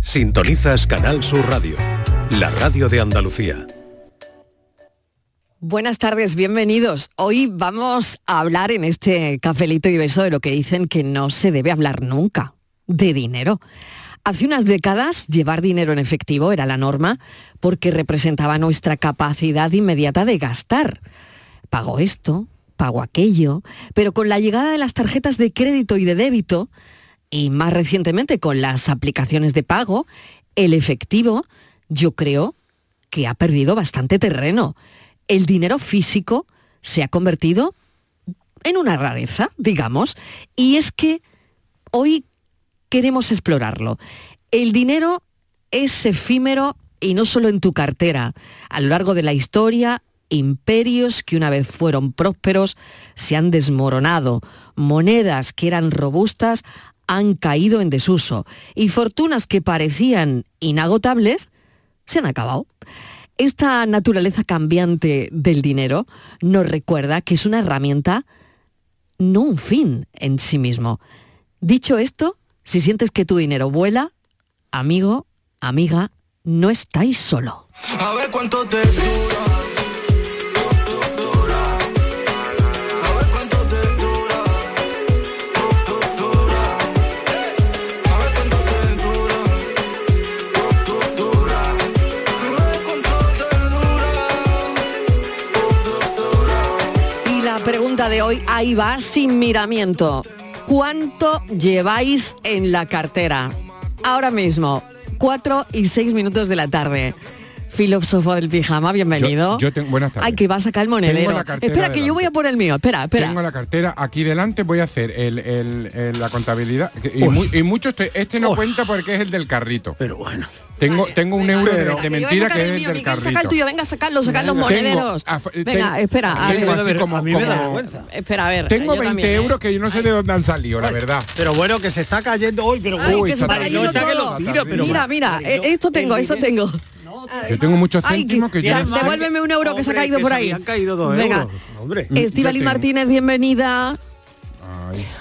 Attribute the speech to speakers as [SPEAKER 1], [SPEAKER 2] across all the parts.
[SPEAKER 1] Sintonizas Canal Sur Radio, la radio de Andalucía.
[SPEAKER 2] Buenas tardes, bienvenidos. Hoy vamos a hablar en este cafelito y beso de lo que dicen que no se debe hablar nunca, de dinero. Hace unas décadas llevar dinero en efectivo era la norma porque representaba nuestra capacidad inmediata de gastar. Pago esto, pago aquello, pero con la llegada de las tarjetas de crédito y de débito, y más recientemente con las aplicaciones de pago, el efectivo yo creo que ha perdido bastante terreno. El dinero físico se ha convertido en una rareza, digamos, y es que hoy queremos explorarlo. El dinero es efímero y no solo en tu cartera. A lo largo de la historia, imperios que una vez fueron prósperos se han desmoronado, monedas que eran robustas han caído en desuso y fortunas que parecían inagotables se han acabado. Esta naturaleza cambiante del dinero nos recuerda que es una herramienta, no un fin en sí mismo. Dicho esto, si sientes que tu dinero vuela, amigo, amiga, no estáis solo.
[SPEAKER 3] A ver cuánto te dura.
[SPEAKER 2] Y la pregunta de hoy, ahí va sin miramiento. ¿Cuánto lleváis en la cartera? Ahora mismo, 4 y 6 minutos de la tarde. Filósofo del pijama, bienvenido.
[SPEAKER 4] Yo tengo, buenas tardes.
[SPEAKER 2] Ay, que va a sacar el
[SPEAKER 4] Tengo
[SPEAKER 2] monedero.
[SPEAKER 4] la cartera
[SPEAKER 2] Espera, que yo
[SPEAKER 4] delante.
[SPEAKER 2] voy a por el mío. Espera, espera.
[SPEAKER 4] Tengo la cartera aquí delante, voy a hacer el- el- el- la contabilidad. que- Y,
[SPEAKER 5] Uy.
[SPEAKER 4] mu- y mucho este, este no cuenta porque es el del carrito. Pero bueno. Tengo, tengo un euro de- de,
[SPEAKER 2] Venga, yo voy a
[SPEAKER 4] mentira
[SPEAKER 2] sacar
[SPEAKER 4] que
[SPEAKER 2] el
[SPEAKER 4] es el
[SPEAKER 2] mío,
[SPEAKER 4] del
[SPEAKER 2] Miguel, saca el
[SPEAKER 4] carrito.
[SPEAKER 2] tuyo, venga, sacarlo, sacar los
[SPEAKER 4] Tengo-
[SPEAKER 2] monederos.
[SPEAKER 4] af-
[SPEAKER 2] venga,
[SPEAKER 4] tengo-
[SPEAKER 2] espera, a
[SPEAKER 4] tengo
[SPEAKER 2] ver.
[SPEAKER 4] así como-
[SPEAKER 5] a mí me da
[SPEAKER 4] como-
[SPEAKER 5] vergüenza.
[SPEAKER 2] Espera, a ver.
[SPEAKER 4] Tengo
[SPEAKER 2] yo
[SPEAKER 4] 20
[SPEAKER 2] también, ¿eh?
[SPEAKER 4] euros que yo no sé de dónde han salido, la verdad.
[SPEAKER 5] Pero bueno, que se está cayendo hoy, pero
[SPEAKER 2] Ay,
[SPEAKER 5] Uy,
[SPEAKER 2] que se
[SPEAKER 5] está
[SPEAKER 2] está
[SPEAKER 5] terrible.
[SPEAKER 2] cayendo
[SPEAKER 5] No está que
[SPEAKER 2] todo.
[SPEAKER 5] lo tiro, pero
[SPEAKER 2] Mira, mira, eh, esto tengo, esto tengo.
[SPEAKER 4] Yo tengo muchos
[SPEAKER 2] Ay,
[SPEAKER 4] céntimos que,
[SPEAKER 2] que-
[SPEAKER 4] yo
[SPEAKER 2] ya,
[SPEAKER 4] no sé.
[SPEAKER 2] devuélveme un euro que se ha caído por ahí.
[SPEAKER 5] Han caído dos
[SPEAKER 2] Venga.
[SPEAKER 5] euros. Hombre.
[SPEAKER 4] Mm,
[SPEAKER 2] Estivaliz
[SPEAKER 4] yo tengo-
[SPEAKER 2] Martínez, bienvenida.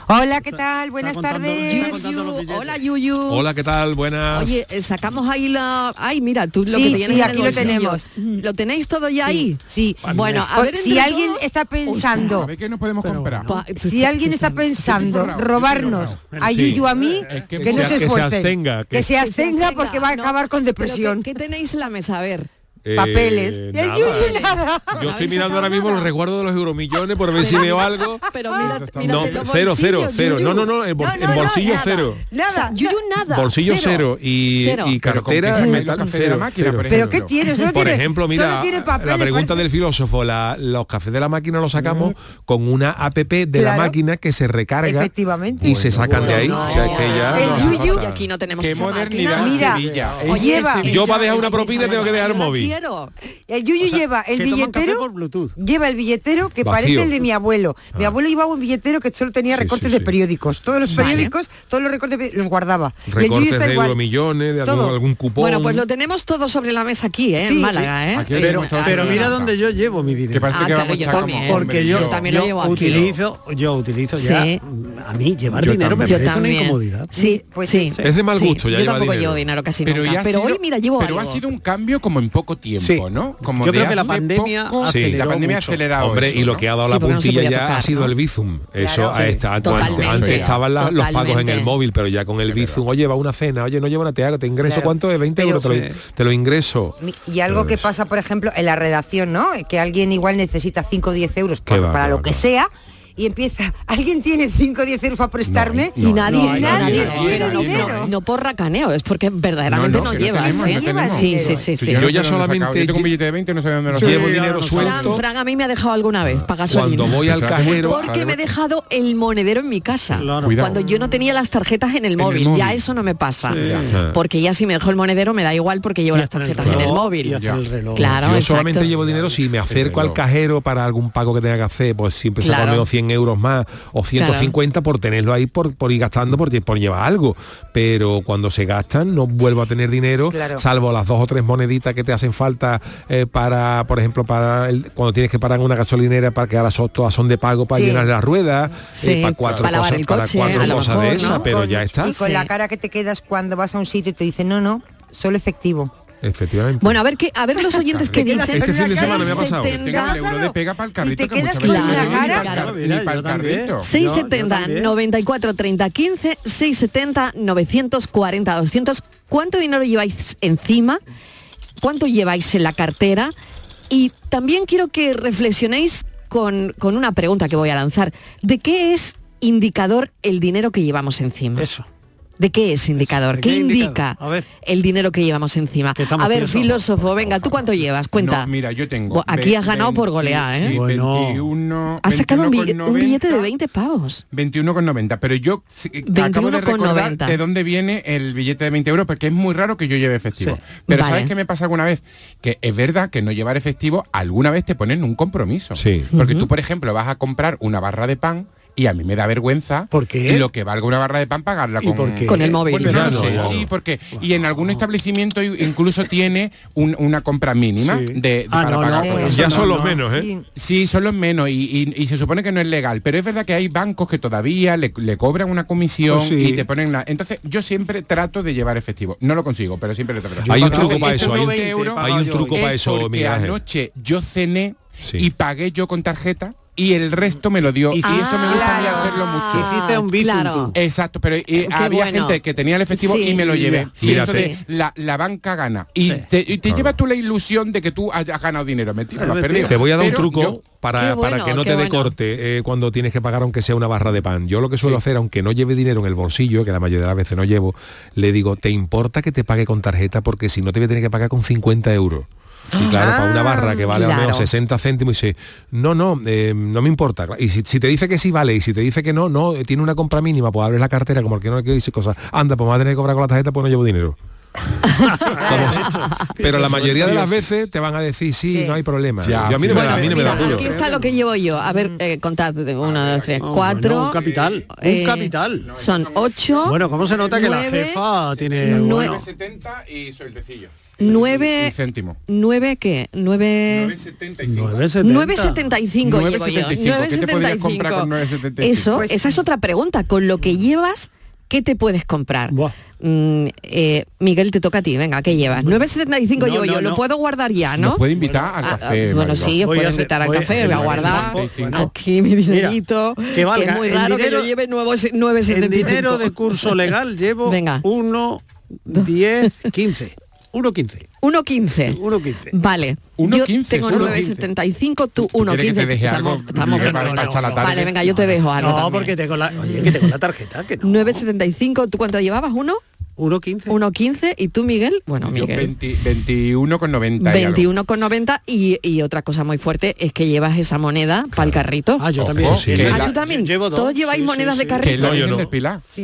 [SPEAKER 6] Hola, ¿qué tal? Buenas
[SPEAKER 5] contando-
[SPEAKER 6] tardes.
[SPEAKER 5] está contando los billetes.
[SPEAKER 2] Hola, Yuyu.
[SPEAKER 7] Hola, ¿qué tal? Buenas.
[SPEAKER 2] Oye, eh, sacamos ahí la... Ay, mira, tú lo
[SPEAKER 6] Sí,
[SPEAKER 2] que
[SPEAKER 6] sí,
[SPEAKER 2] tienes en el
[SPEAKER 6] aquí lo
[SPEAKER 2] bolsillo.
[SPEAKER 6] tenemos.
[SPEAKER 2] ¿Lo tenéis todo ya ahí?
[SPEAKER 6] Sí.
[SPEAKER 2] Bueno, a
[SPEAKER 6] Por-
[SPEAKER 2] ver,
[SPEAKER 6] si
[SPEAKER 2] entre
[SPEAKER 6] alguien
[SPEAKER 2] todos-
[SPEAKER 6] está
[SPEAKER 4] A
[SPEAKER 6] pensando,
[SPEAKER 4] ver qué nos podemos comprar.
[SPEAKER 2] Pa- tú
[SPEAKER 6] si
[SPEAKER 2] estás-
[SPEAKER 6] alguien
[SPEAKER 2] tú
[SPEAKER 6] está
[SPEAKER 2] estás-
[SPEAKER 6] pensando
[SPEAKER 4] bravo, yo
[SPEAKER 6] robarnos
[SPEAKER 4] estoy
[SPEAKER 6] a Yuyu a mí,
[SPEAKER 4] Es que
[SPEAKER 6] que,
[SPEAKER 4] que
[SPEAKER 6] no
[SPEAKER 4] se-
[SPEAKER 6] se
[SPEAKER 7] que se
[SPEAKER 6] esfuercen.
[SPEAKER 7] abstenga, que-
[SPEAKER 6] Que se
[SPEAKER 7] Que
[SPEAKER 6] abstenga porque va a
[SPEAKER 2] no,
[SPEAKER 6] acabar con
[SPEAKER 2] pero ¿qué-
[SPEAKER 6] depresión.
[SPEAKER 2] ¿Qué tenéis en la mesa? A ver.
[SPEAKER 7] Eh,
[SPEAKER 6] Papeles. Y el
[SPEAKER 7] nada.
[SPEAKER 6] Yuyu nada.
[SPEAKER 7] Yo
[SPEAKER 2] ¿Habéis
[SPEAKER 7] estoy mirando ahora
[SPEAKER 2] sacado
[SPEAKER 7] mismo
[SPEAKER 2] nada?
[SPEAKER 7] los recuerdos de los euromillones por ver si veo algo.
[SPEAKER 2] Pero mira,
[SPEAKER 4] Ah, Eso está
[SPEAKER 2] mira
[SPEAKER 7] No,
[SPEAKER 4] Mírate
[SPEAKER 2] los
[SPEAKER 7] cero, cero,
[SPEAKER 2] bolsillos,
[SPEAKER 7] cero.
[SPEAKER 2] Yuyu.
[SPEAKER 7] No, no, no, en, bol-
[SPEAKER 6] No, no,
[SPEAKER 7] en
[SPEAKER 6] no,
[SPEAKER 7] bolsillo
[SPEAKER 6] nada.
[SPEAKER 7] cero.
[SPEAKER 2] O sea,
[SPEAKER 6] Nada.
[SPEAKER 2] Yuyu nada.
[SPEAKER 7] Bolsillo cero, y, y
[SPEAKER 2] Cero.
[SPEAKER 4] Pero con que
[SPEAKER 7] cartera
[SPEAKER 4] se me
[SPEAKER 7] metal
[SPEAKER 4] toca hacer la
[SPEAKER 7] cero.
[SPEAKER 4] máquina,
[SPEAKER 7] cero.
[SPEAKER 4] por
[SPEAKER 6] Pero ¿qué tiene? Solo
[SPEAKER 7] Por
[SPEAKER 6] tiene-
[SPEAKER 7] ejemplo,
[SPEAKER 6] solo
[SPEAKER 7] mira,
[SPEAKER 6] tiene papel,
[SPEAKER 7] la pregunta
[SPEAKER 6] parece-
[SPEAKER 7] del filósofo, la- los cafés de la máquina los sacamos con una app de la
[SPEAKER 6] Claro.
[SPEAKER 7] máquina que se recarga
[SPEAKER 6] Efectivamente.
[SPEAKER 7] y se sacan de ahí.
[SPEAKER 2] No,
[SPEAKER 7] O sea, es que ya
[SPEAKER 2] el
[SPEAKER 7] no hace
[SPEAKER 2] yuyu,
[SPEAKER 7] falta.
[SPEAKER 2] y aquí no tenemos
[SPEAKER 4] Qué
[SPEAKER 2] esa máquina.
[SPEAKER 4] modernidad
[SPEAKER 6] Mira,
[SPEAKER 4] Sevilla.
[SPEAKER 6] oye,
[SPEAKER 4] Es
[SPEAKER 6] lleva-
[SPEAKER 2] ese-
[SPEAKER 7] Yo para dejar
[SPEAKER 2] esa-
[SPEAKER 7] una propina
[SPEAKER 2] esa
[SPEAKER 7] tengo que dejar
[SPEAKER 2] máquina
[SPEAKER 7] el
[SPEAKER 2] la
[SPEAKER 7] móvil.
[SPEAKER 2] quiero.
[SPEAKER 6] El Yuyu lleva el
[SPEAKER 5] que toman café
[SPEAKER 6] billetero,
[SPEAKER 5] por Bluetooth.
[SPEAKER 6] lleva el billetero que
[SPEAKER 7] Vacío. Ah.
[SPEAKER 6] parece el de mi abuelo. Mi abuelo llevaba un billetero que solo tenía
[SPEAKER 7] Sí,
[SPEAKER 6] recortes
[SPEAKER 7] sí,
[SPEAKER 6] de
[SPEAKER 7] sí.
[SPEAKER 6] periódicos. Todos los
[SPEAKER 2] Vale.
[SPEAKER 6] periódicos, todos los recortes de peri- los guardaba. Y el Yuyu
[SPEAKER 7] Recortes
[SPEAKER 6] está
[SPEAKER 7] de
[SPEAKER 6] igual.
[SPEAKER 7] euromillones, de algún,
[SPEAKER 6] Todo.
[SPEAKER 7] algún cupón.
[SPEAKER 2] Bueno, pues lo tenemos todo sobre la mesa aquí, ¿eh?
[SPEAKER 6] Sí,
[SPEAKER 2] en
[SPEAKER 6] sí.
[SPEAKER 2] Málaga, ¿eh?
[SPEAKER 4] Aquí lo
[SPEAKER 5] Pero,
[SPEAKER 4] tenemos todo
[SPEAKER 5] pero
[SPEAKER 4] sobre la
[SPEAKER 5] mira
[SPEAKER 4] mesa.
[SPEAKER 5] dónde yo llevo mi
[SPEAKER 4] Que
[SPEAKER 5] dinero.
[SPEAKER 4] parece
[SPEAKER 2] Ah,
[SPEAKER 4] que
[SPEAKER 2] claro,
[SPEAKER 4] vamos a
[SPEAKER 2] yo
[SPEAKER 4] echar
[SPEAKER 2] también.
[SPEAKER 4] como
[SPEAKER 5] Porque
[SPEAKER 4] hombre,
[SPEAKER 5] yo,
[SPEAKER 2] yo también lo
[SPEAKER 5] yo
[SPEAKER 2] llevo aquí.
[SPEAKER 5] utilizo, yo utilizo ya.
[SPEAKER 2] Sí.
[SPEAKER 5] A mí llevar
[SPEAKER 4] Yo
[SPEAKER 5] dinero me
[SPEAKER 4] también.
[SPEAKER 5] parece una incomodidad.
[SPEAKER 2] Sí,
[SPEAKER 6] Pues
[SPEAKER 2] pues sí.
[SPEAKER 7] Es de mal
[SPEAKER 2] Sí,
[SPEAKER 7] gusto, ya
[SPEAKER 2] Yo
[SPEAKER 7] lleva
[SPEAKER 2] tampoco
[SPEAKER 7] dinero.
[SPEAKER 2] llevo dinero casi
[SPEAKER 4] ya
[SPEAKER 2] nunca.
[SPEAKER 4] ha
[SPEAKER 2] Pero
[SPEAKER 4] sido-
[SPEAKER 2] hoy, mira, llevo
[SPEAKER 4] pero
[SPEAKER 2] algo.
[SPEAKER 4] ha sido un cambio como en poco tiempo
[SPEAKER 5] Sí.
[SPEAKER 4] no como
[SPEAKER 5] Yo
[SPEAKER 4] de
[SPEAKER 5] creo que la
[SPEAKER 4] hace
[SPEAKER 5] pandemia
[SPEAKER 4] poco-
[SPEAKER 5] Sí.
[SPEAKER 4] la
[SPEAKER 5] aceleró
[SPEAKER 4] pandemia ha
[SPEAKER 5] mucho.
[SPEAKER 4] acelerado
[SPEAKER 7] Hombre,
[SPEAKER 4] eso,
[SPEAKER 7] y lo
[SPEAKER 4] ¿no?
[SPEAKER 7] que ha dado
[SPEAKER 2] Sí,
[SPEAKER 7] la
[SPEAKER 2] porque no se
[SPEAKER 7] puntilla
[SPEAKER 2] podía
[SPEAKER 7] ya
[SPEAKER 2] tocar,
[SPEAKER 7] ha sido
[SPEAKER 2] ¿no?
[SPEAKER 7] el Bizum. Eso
[SPEAKER 6] Claro.
[SPEAKER 7] a esta, antes-
[SPEAKER 2] Totalmente.
[SPEAKER 7] antes estaban la- los pagos en
[SPEAKER 2] Totalmente.
[SPEAKER 7] el móvil, pero ya con el Bizum, oye, va una cena, oye, no lleva una teaga, te ingreso
[SPEAKER 6] Claro.
[SPEAKER 7] cuánto de 20
[SPEAKER 6] Pero-
[SPEAKER 7] euros, te lo, te lo ingreso.
[SPEAKER 6] Mi- Y algo que
[SPEAKER 7] Pues-
[SPEAKER 6] pasa, por ejemplo, en la redacción, ¿no? Que alguien igual necesita 5 o 10 euros
[SPEAKER 7] Qué
[SPEAKER 6] por-
[SPEAKER 7] va,
[SPEAKER 6] para
[SPEAKER 7] qué
[SPEAKER 6] lo
[SPEAKER 7] va,
[SPEAKER 6] que
[SPEAKER 7] qué va.
[SPEAKER 6] sea y empieza, ¿alguien tiene 5 o 10 euros para prestarme?
[SPEAKER 2] Y nadie,
[SPEAKER 5] no, no,
[SPEAKER 6] nadie
[SPEAKER 5] no,
[SPEAKER 6] tiene
[SPEAKER 2] no, no,
[SPEAKER 6] dinero.
[SPEAKER 2] No, no por racaneo, es porque verdaderamente no,
[SPEAKER 4] que
[SPEAKER 2] llevas,
[SPEAKER 4] tenemos,
[SPEAKER 2] ¿eh?
[SPEAKER 4] no tenemos.
[SPEAKER 2] Sí, sí, sí,
[SPEAKER 4] Tú,
[SPEAKER 2] sí.
[SPEAKER 4] no
[SPEAKER 7] Yo
[SPEAKER 4] sé dónde lo
[SPEAKER 7] ya
[SPEAKER 4] he sacado.
[SPEAKER 7] solamente-
[SPEAKER 4] Yo tengo un billete de 20 no sé dónde lo
[SPEAKER 5] Sí,
[SPEAKER 7] Llevo
[SPEAKER 4] saco.
[SPEAKER 5] ahora
[SPEAKER 7] dinero
[SPEAKER 5] no
[SPEAKER 2] Fran,
[SPEAKER 7] suelto.
[SPEAKER 2] Fran a mí me ha dejado alguna vez, paga
[SPEAKER 7] Cuando
[SPEAKER 2] sonido.
[SPEAKER 7] voy al
[SPEAKER 4] Pensaba que
[SPEAKER 7] cajero,
[SPEAKER 4] por-
[SPEAKER 2] Porque me he dejado el monedero en mi casa.
[SPEAKER 5] Claro.
[SPEAKER 4] Cuidado.
[SPEAKER 2] Cuando yo no tenía las tarjetas en el
[SPEAKER 4] el
[SPEAKER 2] móvil, ya
[SPEAKER 4] móvil.
[SPEAKER 2] eso no me pasa.
[SPEAKER 7] Ya.
[SPEAKER 2] Porque ya si me dejo el monedero me da igual porque llevo
[SPEAKER 5] Y
[SPEAKER 2] las
[SPEAKER 5] hasta en el
[SPEAKER 2] tarjetas en
[SPEAKER 5] reloj,
[SPEAKER 2] el
[SPEAKER 5] Y
[SPEAKER 2] móvil.
[SPEAKER 5] hasta en el reloj.
[SPEAKER 2] Claro,
[SPEAKER 7] yo
[SPEAKER 2] exacto.
[SPEAKER 7] solamente llevo dinero si me acerco al
[SPEAKER 4] reloj.
[SPEAKER 7] cajero para algún pago que tenga que hacer, pues siempre saco al
[SPEAKER 2] Claro.
[SPEAKER 7] menos 100 100 euros más o 150 por tenerlo ahí, por, por ir gastando, por, lle- por llevar algo. Pero cuando se gastan no vuelvo a tener dinero,
[SPEAKER 8] Claro.
[SPEAKER 7] salvo las dos o tres moneditas que te hacen falta eh, para, por ejemplo, para el- cuando tienes que parar en una gasolinera para que ahora son, todas son de pago para
[SPEAKER 6] Sí.
[SPEAKER 7] llenar las ruedas,
[SPEAKER 6] Sí,
[SPEAKER 7] para cuatro
[SPEAKER 6] para lavar
[SPEAKER 7] cosas,
[SPEAKER 6] el
[SPEAKER 7] para
[SPEAKER 6] coche,
[SPEAKER 7] cuatro
[SPEAKER 6] a lo
[SPEAKER 7] cosas de
[SPEAKER 6] mejor,
[SPEAKER 7] esas,
[SPEAKER 6] ¿no?
[SPEAKER 7] pero ya está.
[SPEAKER 6] Y con la cara que te quedas cuando vas a un sitio y te dicen, no, no, solo efectivo.
[SPEAKER 7] Efectivamente.
[SPEAKER 2] Bueno, a ver, qué, a ver los oyentes que
[SPEAKER 7] Este
[SPEAKER 2] dicen.
[SPEAKER 7] fin de semana me ha pasado.
[SPEAKER 4] Que tenga el euro de pega para el carrito. que
[SPEAKER 2] quedas
[SPEAKER 4] muchas veces
[SPEAKER 2] con
[SPEAKER 4] no
[SPEAKER 2] la
[SPEAKER 4] ni
[SPEAKER 2] cara.
[SPEAKER 4] pa'l car- Ni para el carrito.
[SPEAKER 2] 670 94 30 15 670 940 200 ¿Cuánto dinero lleváis encima? ¿Cuánto lleváis en la cartera? Y también quiero que reflexionéis con, con una pregunta que voy a lanzar. ¿De qué es indicador el dinero que llevamos encima? Eso. ¿De qué es indicador?
[SPEAKER 5] ¿de
[SPEAKER 2] ¿Qué,
[SPEAKER 5] qué
[SPEAKER 2] indica
[SPEAKER 5] indicador? A ver.
[SPEAKER 2] el dinero que llevamos encima?
[SPEAKER 5] estamos
[SPEAKER 2] A ver,
[SPEAKER 5] tiesos.
[SPEAKER 2] filósofo, venga, ¿tú cuánto llevas?
[SPEAKER 4] No,
[SPEAKER 2] Cuenta.
[SPEAKER 4] mira, yo tengo.
[SPEAKER 2] Bueno, aquí
[SPEAKER 4] ve-
[SPEAKER 2] has ganado por
[SPEAKER 4] 20,
[SPEAKER 2] golea, ¿eh?
[SPEAKER 4] sí,
[SPEAKER 2] Bueno.
[SPEAKER 4] 21,
[SPEAKER 2] Has sacado un,
[SPEAKER 4] 21,90,
[SPEAKER 2] bille- un billete de 20 pavos.
[SPEAKER 4] 21,90, pero yo sí, eh, acabo de
[SPEAKER 2] 21,90.
[SPEAKER 4] recordar de dónde viene el billete de 20 euros, porque es muy raro que yo lleve efectivo. Pero
[SPEAKER 2] Vale.
[SPEAKER 4] ¿sabes qué me pasa alguna vez? Que es verdad que no llevar efectivo alguna vez te ponen un compromiso.
[SPEAKER 7] Sí.
[SPEAKER 4] Porque
[SPEAKER 7] Ujú.
[SPEAKER 4] tú, por ejemplo, vas a comprar una barra de pan y a mí me da vergüenza porque lo que valga una barra de pan pagarla
[SPEAKER 5] ¿Y
[SPEAKER 4] con,
[SPEAKER 5] por qué? Con el móvil.
[SPEAKER 4] Bueno, no
[SPEAKER 5] Ya
[SPEAKER 4] lo
[SPEAKER 5] no,
[SPEAKER 4] sé,
[SPEAKER 5] ya
[SPEAKER 4] sí,
[SPEAKER 5] no.
[SPEAKER 4] porque y en algún establecimiento i- incluso tiene un- una compra mínima
[SPEAKER 5] Sí.
[SPEAKER 4] de, de-
[SPEAKER 5] Ah, no, no,
[SPEAKER 4] por
[SPEAKER 5] pues
[SPEAKER 4] eso
[SPEAKER 5] ya
[SPEAKER 4] no,
[SPEAKER 5] son los
[SPEAKER 4] no.
[SPEAKER 5] menos, ¿eh? Sí.
[SPEAKER 4] Sí, son los menos y, y- y se supone que no es legal, pero es verdad que hay bancos que todavía le, le cobran una comisión
[SPEAKER 7] Pues sí.
[SPEAKER 4] y te ponen la... Entonces yo siempre trato de llevar efectivo, no lo consigo, pero siempre lo trato.
[SPEAKER 7] Hay un
[SPEAKER 4] Entonces,
[SPEAKER 7] truco para
[SPEAKER 4] este
[SPEAKER 7] eso, hay un,
[SPEAKER 4] 20 euros
[SPEAKER 7] hay un truco para
[SPEAKER 4] es
[SPEAKER 7] eso,
[SPEAKER 4] porque
[SPEAKER 7] Miguel Ángel.
[SPEAKER 4] anoche yo cené y pagué yo con tarjeta y el resto me lo dio y, eso me gusta a mí hacerlo mucho.
[SPEAKER 5] Hiciste un bizum tú.
[SPEAKER 4] Exacto, pero eh, había
[SPEAKER 5] bueno.
[SPEAKER 4] gente que tenía el efectivo
[SPEAKER 5] Sí.
[SPEAKER 4] y me lo llevé.
[SPEAKER 5] Sí,
[SPEAKER 4] y
[SPEAKER 5] sí.
[SPEAKER 4] entonces la, la banca gana. Y te, y te lleva tú la ilusión de que tú hayas ganado dinero. Mentira, lo has perdido.
[SPEAKER 7] Te voy a dar
[SPEAKER 4] Pero
[SPEAKER 7] un truco
[SPEAKER 4] yo-
[SPEAKER 7] para, para que no te dé corte eh, cuando tienes que pagar aunque sea una barra de pan. Yo lo que suelo hacer, aunque no lleve dinero en el bolsillo, que la mayoría de las veces no llevo, le digo, ¿te importa que te pague con tarjeta? Porque si no te voy a tener que pagar con 50 euros. Y claro, para una
[SPEAKER 2] Ah,
[SPEAKER 7] barra que vale al
[SPEAKER 9] claro.
[SPEAKER 7] menos 60 céntimos, y dice, no, no, eh, no me importa. Y si, si te dice que sí, vale, y si te dice que no, no, eh, tiene una compra mínima, pues abres la cartera como el que no le quiere decir cosas. Anda, pues me va a tener que cobrar con la tarjeta, pues no llevo dinero. Pero la mayoría de las veces te van a decir, sí, no hay problema.
[SPEAKER 4] Ya,
[SPEAKER 7] Yo a mí no
[SPEAKER 4] sí.
[SPEAKER 7] me da- a mí no me da
[SPEAKER 2] Mira,
[SPEAKER 7] apuro.
[SPEAKER 2] aquí está lo que llevo yo. A ver, eh, contad. de Una, dos, tres, cuatro. eh,
[SPEAKER 5] no, un capital, un capital.
[SPEAKER 2] Son ocho.
[SPEAKER 5] Bueno, ¿cómo se nota que la
[SPEAKER 2] nueve,
[SPEAKER 5] jefa tiene...
[SPEAKER 2] nueve-
[SPEAKER 5] bueno,
[SPEAKER 4] 9,70 y sueltecillo.
[SPEAKER 2] Nueve.
[SPEAKER 4] Y céntimo.
[SPEAKER 2] ¿Nueve qué? Nueve... 9,75 llevo yo.
[SPEAKER 4] 9,75. ¿Qué te podrías comprar con 9,75?
[SPEAKER 2] Eso, esa es otra pregunta. Con lo que llevas, ¿qué te puedes comprar? Mm, eh, Miguel, te toca a ti. Venga, ¿qué llevas? 9,75
[SPEAKER 4] No,
[SPEAKER 2] llevo
[SPEAKER 4] no,
[SPEAKER 2] yo. Lo
[SPEAKER 4] no.
[SPEAKER 2] puedo guardar ya, ¿no?
[SPEAKER 4] Nos puede invitar
[SPEAKER 2] Ah,
[SPEAKER 4] al café.
[SPEAKER 2] ah, bueno, sí, os puedo invitar al café, voy a guardar aquí mi dinerito.
[SPEAKER 5] que valga,
[SPEAKER 2] es muy
[SPEAKER 5] en
[SPEAKER 2] raro que
[SPEAKER 5] dinero-
[SPEAKER 2] yo lleve nuevos 9,75.
[SPEAKER 5] en dinero de curso legal llevo 1, 10, 15. 1,15.
[SPEAKER 2] 1,15.
[SPEAKER 5] 1,15.
[SPEAKER 2] Vale. yo
[SPEAKER 5] 1,15,
[SPEAKER 2] tengo
[SPEAKER 5] solo
[SPEAKER 2] 9,75, tú 1,15. Estamos- estamos fenomenal. Vale, venga, yo te dejo algo.
[SPEAKER 5] No,
[SPEAKER 2] también.
[SPEAKER 5] porque tengo la, oye, que tengo la tarjeta, que
[SPEAKER 2] 9,75, ¿tú cuánto llevabas? ¿Uno?
[SPEAKER 5] 1,15.
[SPEAKER 2] 1,15 y tú, Miguel, bueno,
[SPEAKER 4] Yo
[SPEAKER 2] Miguel.
[SPEAKER 4] 20 21,90. y algo.
[SPEAKER 2] 21,90 y, y otra cosa muy fuerte es que llevas esa moneda para el carrito. Ah,
[SPEAKER 5] yo
[SPEAKER 4] también. sí.
[SPEAKER 2] Ah,
[SPEAKER 4] Yo
[SPEAKER 2] tú también.
[SPEAKER 4] llevo dos,
[SPEAKER 2] Todos lleváis
[SPEAKER 4] sí, sí,
[SPEAKER 2] monedas de
[SPEAKER 4] sí.
[SPEAKER 2] carrito.
[SPEAKER 4] Que la No, yo Virgen no. del Pilar.
[SPEAKER 6] Sí,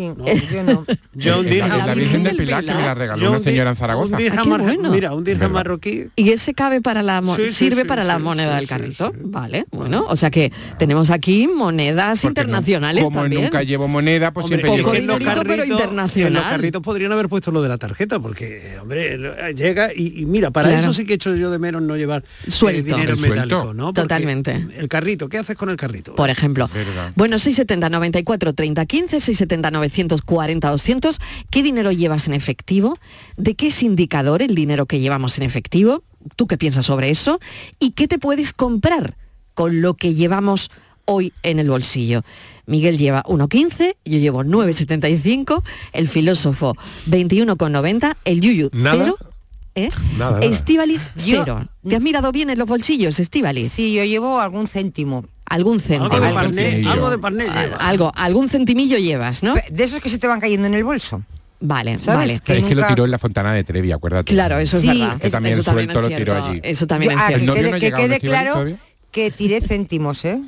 [SPEAKER 2] yo no.
[SPEAKER 5] Yo un
[SPEAKER 4] Es la-
[SPEAKER 5] dirham-
[SPEAKER 4] es la Virgen del Pilar que me la regaló
[SPEAKER 5] Yo
[SPEAKER 4] una
[SPEAKER 5] un di-
[SPEAKER 4] señora en Zaragoza.
[SPEAKER 5] Un dirham mar- Mira, un dirham marroquí.
[SPEAKER 2] Y ese cabe para la mo-
[SPEAKER 5] Sí, sí,
[SPEAKER 2] sirve
[SPEAKER 5] sí,
[SPEAKER 2] para la
[SPEAKER 5] sí,
[SPEAKER 2] moneda
[SPEAKER 5] sí,
[SPEAKER 2] del
[SPEAKER 5] sí,
[SPEAKER 2] carrito, vale. Bueno, o sea que tenemos aquí monedas internacionales
[SPEAKER 4] Como
[SPEAKER 2] también.
[SPEAKER 4] nunca llevo moneda, pues
[SPEAKER 5] Hombre,
[SPEAKER 4] siempre
[SPEAKER 5] es
[SPEAKER 4] llevo...
[SPEAKER 5] que en los
[SPEAKER 2] dinerito, pero
[SPEAKER 5] carritos-
[SPEAKER 2] internacional.
[SPEAKER 5] En los carritos podrían haber puesto lo de la tarjeta, porque, eh, hombre, lo- eh, llega y, y mira, para
[SPEAKER 2] Claro.
[SPEAKER 5] eso sí que he hecho yo de menos no llevar eh,
[SPEAKER 2] Suelto.
[SPEAKER 5] dinero
[SPEAKER 2] El
[SPEAKER 5] en
[SPEAKER 2] suelto.
[SPEAKER 5] metálico, ¿no? Porque
[SPEAKER 2] Totalmente.
[SPEAKER 5] El carrito, ¿qué haces con el carrito?
[SPEAKER 2] Por ejemplo. Bueno, 670 94 30 15, 670 940 200. ¿Qué dinero llevas en efectivo? ¿De qué es indicador el dinero que llevamos en efectivo? ¿Tú qué piensas sobre eso? ¿Y qué te puedes comprar con lo que llevamos hoy en el bolsillo? Miguel lleva 1,15, yo llevo 9,75, el filósofo 21,90, el Yuyu
[SPEAKER 7] Nada.
[SPEAKER 2] 0. ¿eh?
[SPEAKER 7] Nada, nada.
[SPEAKER 2] Estivali,
[SPEAKER 6] Yo-
[SPEAKER 2] cero. ¿Te has mirado bien en los bolsillos, Estivali?
[SPEAKER 6] Sí, yo llevo algún céntimo.
[SPEAKER 2] Algún céntimo.
[SPEAKER 6] Algo de parné,
[SPEAKER 2] centimillo.
[SPEAKER 6] algo de
[SPEAKER 2] Al- Algo, algún centimillo llevas, ¿no?
[SPEAKER 6] De esos que se te van cayendo en el bolso.
[SPEAKER 2] Vale, vale.
[SPEAKER 4] es que lo tiró en la Fontana de Trevi, acuérdate.
[SPEAKER 2] Claro, eso es
[SPEAKER 4] Sí,
[SPEAKER 2] verdad.
[SPEAKER 4] Que
[SPEAKER 2] Eso-
[SPEAKER 4] también
[SPEAKER 2] eso también
[SPEAKER 4] suelto
[SPEAKER 2] es
[SPEAKER 4] lo tiró
[SPEAKER 2] cierto.
[SPEAKER 4] allí.
[SPEAKER 2] Eso también
[SPEAKER 6] Yo- ah,
[SPEAKER 2] es
[SPEAKER 6] que
[SPEAKER 2] cierto.
[SPEAKER 4] ¿El novio
[SPEAKER 6] quede,
[SPEAKER 4] no ha
[SPEAKER 6] que
[SPEAKER 4] llegado
[SPEAKER 6] quede
[SPEAKER 4] al festival
[SPEAKER 6] claro
[SPEAKER 4] todavía?
[SPEAKER 6] que tiré céntimos, ¿eh?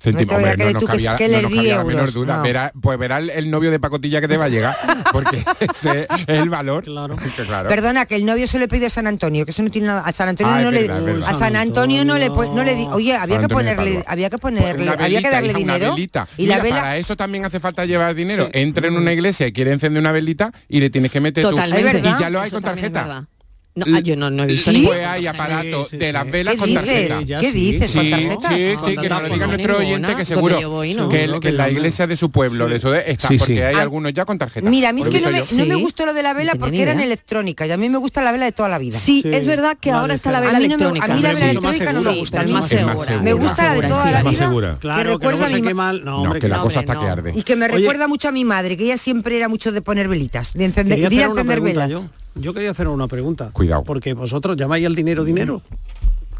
[SPEAKER 4] céntimos.
[SPEAKER 6] No te voy a
[SPEAKER 4] Hombre,
[SPEAKER 6] creer
[SPEAKER 4] no
[SPEAKER 6] tú
[SPEAKER 4] nos
[SPEAKER 6] que es-
[SPEAKER 4] cabía,
[SPEAKER 6] que
[SPEAKER 4] no
[SPEAKER 6] les
[SPEAKER 4] nos
[SPEAKER 6] di
[SPEAKER 4] cabía la menor
[SPEAKER 6] euros,
[SPEAKER 4] duda.
[SPEAKER 6] no.
[SPEAKER 4] Verá- pues verá el, el novio de pacotilla que te va a llegar, porque ese es el valor. Que claro.
[SPEAKER 6] Perdona, que el novio se le pide a San Antonio, que eso no tiene nada. A San Antonio
[SPEAKER 4] Ah, es
[SPEAKER 6] no
[SPEAKER 4] verdad, es
[SPEAKER 6] le.
[SPEAKER 4] verdad.
[SPEAKER 6] A San Antonio no le pu- no le di- Oye, había
[SPEAKER 4] San
[SPEAKER 6] que
[SPEAKER 4] Antonio de
[SPEAKER 6] ponerle,
[SPEAKER 4] Padua.
[SPEAKER 6] había que ponerle,
[SPEAKER 4] Una
[SPEAKER 6] había que
[SPEAKER 4] velita,
[SPEAKER 6] darle
[SPEAKER 4] hija, una
[SPEAKER 6] dinero.
[SPEAKER 4] velita.
[SPEAKER 6] Y la
[SPEAKER 4] Mira,
[SPEAKER 6] vela. Mm.
[SPEAKER 4] para eso también hace falta llevar dinero. Entra en una iglesia y quiere encender una velita y le tienes que meter
[SPEAKER 2] Totalmente.
[SPEAKER 4] tú.
[SPEAKER 2] Es verdad,
[SPEAKER 4] Y ya lo hay
[SPEAKER 2] eso
[SPEAKER 4] con
[SPEAKER 2] también es
[SPEAKER 4] tarjeta.
[SPEAKER 2] verdad. No, ah, yo no, no he visto
[SPEAKER 4] Y
[SPEAKER 2] ningún-
[SPEAKER 4] pues hay aparatos de las velas
[SPEAKER 6] ¿Qué
[SPEAKER 4] con
[SPEAKER 6] dices?
[SPEAKER 4] tarjeta.
[SPEAKER 6] ¿Qué dices?
[SPEAKER 4] Sí,
[SPEAKER 6] ¿Con
[SPEAKER 4] sí,
[SPEAKER 6] tarjeta?
[SPEAKER 4] sí, sí,
[SPEAKER 6] Con
[SPEAKER 4] que nos lo
[SPEAKER 6] tarjeta.
[SPEAKER 4] diga nuestro
[SPEAKER 2] Ninguna,
[SPEAKER 4] oyente que
[SPEAKER 2] donde
[SPEAKER 4] seguro
[SPEAKER 2] yo voy, no.
[SPEAKER 4] que, el- que en la iglesia de su pueblo de eso de- está
[SPEAKER 7] Sí, sí.
[SPEAKER 4] porque hay
[SPEAKER 6] Ah.
[SPEAKER 4] algunos ya con tarjeta.
[SPEAKER 6] Mira, a mí
[SPEAKER 4] Lo
[SPEAKER 6] es
[SPEAKER 4] he
[SPEAKER 6] que no me,
[SPEAKER 4] visto
[SPEAKER 6] no me
[SPEAKER 2] Sí.
[SPEAKER 6] gustó lo de la vela
[SPEAKER 2] No tenía
[SPEAKER 6] porque
[SPEAKER 2] ni
[SPEAKER 6] eran
[SPEAKER 2] idea.
[SPEAKER 6] electrónicas y a mí me gusta la vela de toda la vida.
[SPEAKER 2] Sí,
[SPEAKER 5] Sí,
[SPEAKER 2] es verdad que
[SPEAKER 5] la
[SPEAKER 2] ahora
[SPEAKER 5] de
[SPEAKER 2] está la
[SPEAKER 5] cera.
[SPEAKER 2] vela
[SPEAKER 6] A mí no me-
[SPEAKER 2] electrónica.
[SPEAKER 6] a mí
[SPEAKER 7] la vela
[SPEAKER 2] Sí,
[SPEAKER 7] electrónica no me
[SPEAKER 2] sí,
[SPEAKER 7] gusta,
[SPEAKER 2] Es
[SPEAKER 7] no.
[SPEAKER 2] más
[SPEAKER 7] Es más
[SPEAKER 2] segura.
[SPEAKER 7] segura.
[SPEAKER 6] Me gusta la de
[SPEAKER 2] Segura,
[SPEAKER 6] toda
[SPEAKER 2] es
[SPEAKER 6] la
[SPEAKER 7] Es más
[SPEAKER 6] vida.
[SPEAKER 7] segura.
[SPEAKER 5] Claro, que,
[SPEAKER 6] recuerda
[SPEAKER 5] no
[SPEAKER 6] a mi
[SPEAKER 5] se
[SPEAKER 6] ma-
[SPEAKER 5] qué mal. No,
[SPEAKER 7] No,
[SPEAKER 5] hombre,
[SPEAKER 7] que la
[SPEAKER 5] claro.
[SPEAKER 7] cosa
[SPEAKER 2] hombre,
[SPEAKER 7] está que
[SPEAKER 2] no.
[SPEAKER 7] arde.
[SPEAKER 6] Y que me
[SPEAKER 5] Oye.
[SPEAKER 6] recuerda mucho a mi madre, que ella siempre era mucho de poner velitas, de encender,
[SPEAKER 5] Quería
[SPEAKER 6] de ir a
[SPEAKER 5] hacer una
[SPEAKER 6] encender
[SPEAKER 5] pregunta
[SPEAKER 6] velas.
[SPEAKER 5] yo. Yo quería hacer una pregunta.
[SPEAKER 4] Cuidado.
[SPEAKER 5] Porque vosotros llamáis al dinero dinero.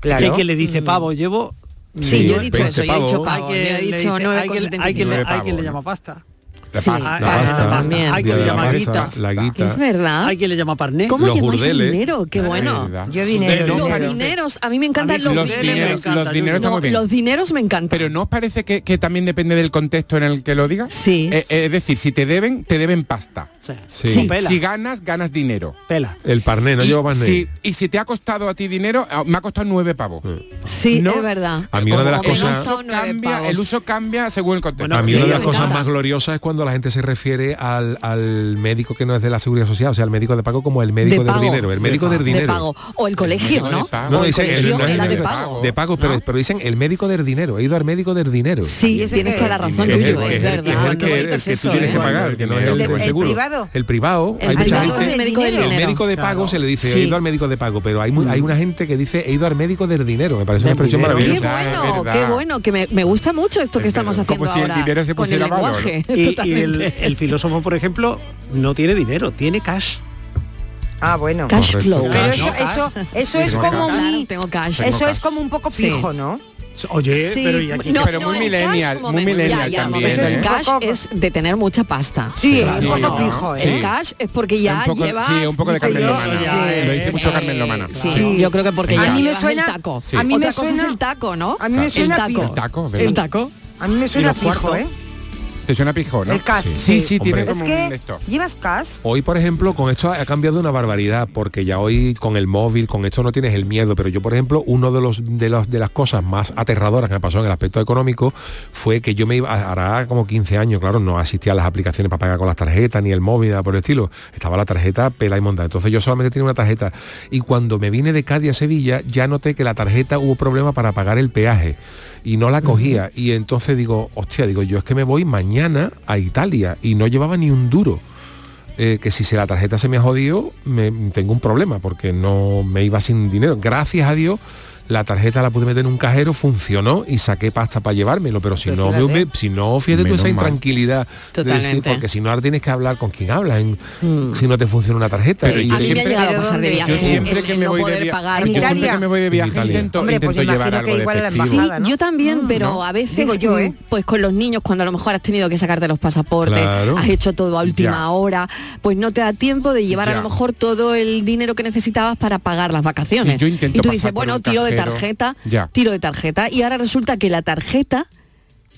[SPEAKER 6] Claro.
[SPEAKER 5] Hay quien le dice pavo, llevo...
[SPEAKER 2] Mm. Sí, yo he dicho
[SPEAKER 7] 20
[SPEAKER 2] eso, yo he dicho
[SPEAKER 7] pavos.
[SPEAKER 5] Hay
[SPEAKER 2] pago, yo
[SPEAKER 5] quien
[SPEAKER 2] he
[SPEAKER 5] le
[SPEAKER 2] dicho
[SPEAKER 5] dice- hay quien- hay
[SPEAKER 2] 9,75.
[SPEAKER 5] quien le-
[SPEAKER 4] nueve
[SPEAKER 5] hay quien le
[SPEAKER 4] pavos.
[SPEAKER 5] llama pasta.
[SPEAKER 4] La
[SPEAKER 2] Sí,
[SPEAKER 4] pasta,
[SPEAKER 5] Ah,
[SPEAKER 7] La
[SPEAKER 2] pasta
[SPEAKER 7] pasta,
[SPEAKER 2] también.
[SPEAKER 7] el
[SPEAKER 5] Hay
[SPEAKER 7] día
[SPEAKER 5] que
[SPEAKER 7] de la
[SPEAKER 5] llamar
[SPEAKER 7] pasta,
[SPEAKER 5] guitas.
[SPEAKER 7] la guita.
[SPEAKER 2] Es verdad.
[SPEAKER 5] Hay quien le llama parné.
[SPEAKER 2] ¿Cómo
[SPEAKER 7] Los
[SPEAKER 2] llamáis el
[SPEAKER 7] burdeles.
[SPEAKER 2] dinero? Qué bueno.
[SPEAKER 4] Navidad.
[SPEAKER 6] Yo dinero,
[SPEAKER 4] Pero-
[SPEAKER 2] Los
[SPEAKER 6] dinero.
[SPEAKER 4] pero-
[SPEAKER 2] dineros, a mí me
[SPEAKER 5] A
[SPEAKER 2] encantan
[SPEAKER 5] mí
[SPEAKER 2] los
[SPEAKER 5] los
[SPEAKER 2] dineros.
[SPEAKER 5] dineros.
[SPEAKER 4] dineros, los dineros
[SPEAKER 5] No,
[SPEAKER 4] está
[SPEAKER 2] No,
[SPEAKER 4] muy bien.
[SPEAKER 2] los dineros me encantan.
[SPEAKER 4] Pero ¿no os parece que, que también depende del contexto en el que lo digas?
[SPEAKER 2] Sí.
[SPEAKER 4] Eh, eh, es decir, si te deben, te deben pasta.
[SPEAKER 5] Sí.
[SPEAKER 7] Sí.
[SPEAKER 5] O Pela.
[SPEAKER 4] Si ganas, ganas dinero.
[SPEAKER 5] Pela.
[SPEAKER 7] El parné, no
[SPEAKER 4] y,
[SPEAKER 7] lleva parné.
[SPEAKER 4] Si, y si te ha costado a ti dinero, ah, me ha costado nueve pavos.
[SPEAKER 2] Sí,
[SPEAKER 4] ¿No?
[SPEAKER 2] es verdad.
[SPEAKER 7] Mm. A mí una de las
[SPEAKER 2] Como que no
[SPEAKER 7] cosas-
[SPEAKER 2] son nueve
[SPEAKER 4] Cambia-
[SPEAKER 2] pavos.
[SPEAKER 4] el uso cambia según el contexto.
[SPEAKER 7] A mí
[SPEAKER 5] Sí,
[SPEAKER 7] una de
[SPEAKER 5] me
[SPEAKER 7] las cosas
[SPEAKER 2] encanta.
[SPEAKER 7] más gloriosas es cuando la gente se refiere al, al médico que no es de la seguridad social, o sea, al médico de pago como el médico
[SPEAKER 2] pago.
[SPEAKER 7] del dinero, el médico del
[SPEAKER 2] de
[SPEAKER 7] dinero.
[SPEAKER 2] pago. O el colegio,
[SPEAKER 4] médico de
[SPEAKER 2] ¿no?
[SPEAKER 4] pago.
[SPEAKER 7] No,
[SPEAKER 2] o el
[SPEAKER 7] dicen el,
[SPEAKER 2] colegio
[SPEAKER 7] no,
[SPEAKER 2] era
[SPEAKER 7] el-
[SPEAKER 2] de
[SPEAKER 7] el-
[SPEAKER 2] pago.
[SPEAKER 7] de pago, pero, pero dicen el médico del dinero, he ido al médico del dinero.
[SPEAKER 2] Sí,
[SPEAKER 6] ¿Y ese
[SPEAKER 2] tienes
[SPEAKER 6] qué
[SPEAKER 2] toda la
[SPEAKER 6] es?
[SPEAKER 2] razón,
[SPEAKER 7] Es el-
[SPEAKER 2] Yuyu,
[SPEAKER 7] es
[SPEAKER 2] es
[SPEAKER 7] el- es
[SPEAKER 2] verdad.
[SPEAKER 7] el
[SPEAKER 2] Qué
[SPEAKER 7] que-
[SPEAKER 2] bonito
[SPEAKER 7] el
[SPEAKER 2] es
[SPEAKER 7] que
[SPEAKER 2] eso,
[SPEAKER 7] tú tienes
[SPEAKER 2] ¿eh?
[SPEAKER 7] que pagar, que no es el,
[SPEAKER 6] El-
[SPEAKER 7] del
[SPEAKER 6] el
[SPEAKER 7] seguro.
[SPEAKER 6] privado.
[SPEAKER 7] El privado,
[SPEAKER 2] El
[SPEAKER 7] hay mucha
[SPEAKER 2] privado
[SPEAKER 7] gente-
[SPEAKER 2] es el médico del
[SPEAKER 7] el
[SPEAKER 2] dinero.
[SPEAKER 7] médico de pago se le dice,
[SPEAKER 2] Sí.
[SPEAKER 7] he ido al médico de pago, pero hay, mu- hay una gente que dice, he ido al médico del dinero. Me parece una
[SPEAKER 5] Del
[SPEAKER 7] expresión
[SPEAKER 5] dinero.
[SPEAKER 2] Qué
[SPEAKER 7] maravillosa.
[SPEAKER 4] verdad,
[SPEAKER 2] bueno,
[SPEAKER 4] es verdad.
[SPEAKER 2] Oh, qué bueno, que me, me gusta mucho esto que
[SPEAKER 4] Es
[SPEAKER 2] estamos
[SPEAKER 4] verdad.
[SPEAKER 2] haciendo
[SPEAKER 4] Como
[SPEAKER 5] pues
[SPEAKER 4] si el
[SPEAKER 2] ahora
[SPEAKER 4] dinero se
[SPEAKER 2] con el
[SPEAKER 4] pusiera valor.
[SPEAKER 2] lenguaje.
[SPEAKER 5] Y, y el,
[SPEAKER 2] Totalmente.
[SPEAKER 5] el filósofo, por ejemplo, no tiene dinero, tiene cash.
[SPEAKER 6] Ah, bueno.
[SPEAKER 2] Cash
[SPEAKER 7] Correcto.
[SPEAKER 2] flow.
[SPEAKER 6] Pero
[SPEAKER 5] Ah,
[SPEAKER 6] eso,
[SPEAKER 5] no,
[SPEAKER 6] eso, eso
[SPEAKER 4] Sí,
[SPEAKER 6] es
[SPEAKER 4] tengo
[SPEAKER 6] como
[SPEAKER 4] cash.
[SPEAKER 6] muy.
[SPEAKER 2] Tengo cash.
[SPEAKER 6] Eso
[SPEAKER 4] cash.
[SPEAKER 6] es como un poco
[SPEAKER 2] Sí.
[SPEAKER 6] pijo, ¿no?
[SPEAKER 5] Oye,
[SPEAKER 2] Sí,
[SPEAKER 5] pero y aquí
[SPEAKER 2] no,
[SPEAKER 5] qué-
[SPEAKER 4] Pero
[SPEAKER 2] no,
[SPEAKER 4] muy
[SPEAKER 2] el
[SPEAKER 4] millennial, muy
[SPEAKER 2] cash, momento,
[SPEAKER 4] millennial
[SPEAKER 2] ya, ya,
[SPEAKER 4] también,
[SPEAKER 2] momento.
[SPEAKER 6] ¿eh?
[SPEAKER 2] El cash
[SPEAKER 6] Poco-
[SPEAKER 2] es de tener mucha pasta.
[SPEAKER 6] Sí,
[SPEAKER 4] Claro.
[SPEAKER 6] un poco
[SPEAKER 4] Sí,
[SPEAKER 6] pijo,
[SPEAKER 4] sí.
[SPEAKER 6] ¿eh?
[SPEAKER 2] El cash es porque ya
[SPEAKER 4] un poco,
[SPEAKER 2] llevas...
[SPEAKER 4] sí, un poco de Carmen
[SPEAKER 6] yo-
[SPEAKER 4] Lomana.
[SPEAKER 5] ya,
[SPEAKER 4] Lo
[SPEAKER 5] eh,
[SPEAKER 4] dice mucho Carmen Lomana.
[SPEAKER 2] Sí,
[SPEAKER 6] Claro.
[SPEAKER 2] yo creo que porque
[SPEAKER 6] A
[SPEAKER 2] ya
[SPEAKER 6] mí me
[SPEAKER 2] llevas
[SPEAKER 6] suena-
[SPEAKER 2] el taco.
[SPEAKER 4] Sí.
[SPEAKER 6] a mí me
[SPEAKER 2] Otra cosa es
[SPEAKER 6] suena-
[SPEAKER 2] el taco, ¿no?
[SPEAKER 6] a mí me
[SPEAKER 2] el
[SPEAKER 6] suena
[SPEAKER 2] taco.
[SPEAKER 6] pijo.
[SPEAKER 4] El taco, ¿verdad?
[SPEAKER 2] ¿eh? El taco.
[SPEAKER 6] A mí me suena pijo,
[SPEAKER 5] cuartos?
[SPEAKER 6] ¿eh?
[SPEAKER 4] Te suena pijo, ¿no?
[SPEAKER 6] El cas.
[SPEAKER 4] Sí,
[SPEAKER 6] Sí.
[SPEAKER 4] sí, sí, tiene
[SPEAKER 7] Hombre.
[SPEAKER 6] Es
[SPEAKER 4] como un
[SPEAKER 6] que
[SPEAKER 4] esto.
[SPEAKER 6] llevas cas.
[SPEAKER 7] Hoy, por ejemplo, con esto ha cambiado una barbaridad, porque ya hoy con el móvil, con esto no tienes el miedo, pero yo, por ejemplo, uno de los de las de las cosas más aterradoras que me pasó en el aspecto económico fue que yo me iba hará como 15 años, claro, no asistía a las aplicaciones para pagar con las tarjetas ni el móvil nada por el estilo. Estaba la tarjeta pela y monta. Entonces yo solamente tenía una tarjeta y cuando me vine de Cádiz a Sevilla ya noté que la tarjeta hubo problema para pagar el peaje y no la cogía y entonces digo, hostia, digo, yo es que me voy mañana a Italia y no llevaba ni un duro eh, que si se la tarjeta se me ha jodido, me, tengo un problema porque no me iba sin dinero. Gracias a Dios, la tarjeta la pude meter en un cajero, funcionó y saqué pasta para llevármelo, pero si no, me- me- si no, fíjate tú
[SPEAKER 4] Menos
[SPEAKER 7] esa
[SPEAKER 4] mal.
[SPEAKER 7] intranquilidad. de
[SPEAKER 2] Totalmente.
[SPEAKER 7] porque si no, ahora tienes que hablar con quien hablas en- si no te funciona una tarjeta.
[SPEAKER 4] Pero
[SPEAKER 7] Y
[SPEAKER 4] yo
[SPEAKER 2] a mí
[SPEAKER 7] siempre-
[SPEAKER 2] me ha llegado a pasar de
[SPEAKER 6] Yo
[SPEAKER 2] viaje.
[SPEAKER 4] Yo siempre
[SPEAKER 2] el-
[SPEAKER 4] que
[SPEAKER 2] el
[SPEAKER 4] me
[SPEAKER 2] no
[SPEAKER 4] voy de
[SPEAKER 2] poder
[SPEAKER 4] viaje,
[SPEAKER 2] pagar.
[SPEAKER 6] En
[SPEAKER 4] yo siempre
[SPEAKER 6] Italia.
[SPEAKER 4] que me voy de viaje
[SPEAKER 7] En Italia.
[SPEAKER 4] intento,
[SPEAKER 6] Hombre, pues
[SPEAKER 4] intento llevar
[SPEAKER 6] imagino
[SPEAKER 4] algo
[SPEAKER 6] que
[SPEAKER 4] de
[SPEAKER 6] igual a la
[SPEAKER 4] efectivo.
[SPEAKER 2] Sí,
[SPEAKER 6] embajada, ¿no?
[SPEAKER 2] yo también, pero
[SPEAKER 4] ¿no?
[SPEAKER 2] a veces,
[SPEAKER 6] Digo yo, ¿eh?
[SPEAKER 2] mm, pues con los niños, cuando a lo mejor has tenido que sacarte los pasaportes,
[SPEAKER 7] Claro.
[SPEAKER 2] has hecho todo a última
[SPEAKER 4] Ya.
[SPEAKER 2] hora, pues no te da tiempo de llevar a
[SPEAKER 4] Ya.
[SPEAKER 2] lo mejor todo el dinero que necesitabas para pagar las vacaciones.
[SPEAKER 4] Sí, yo intento
[SPEAKER 2] y tú
[SPEAKER 4] pasar
[SPEAKER 2] dices,
[SPEAKER 4] por
[SPEAKER 2] bueno,
[SPEAKER 4] un
[SPEAKER 2] tiro de
[SPEAKER 4] cajero.
[SPEAKER 2] tarjeta,
[SPEAKER 4] Ya.
[SPEAKER 2] tiro de tarjeta, y ahora resulta que la tarjeta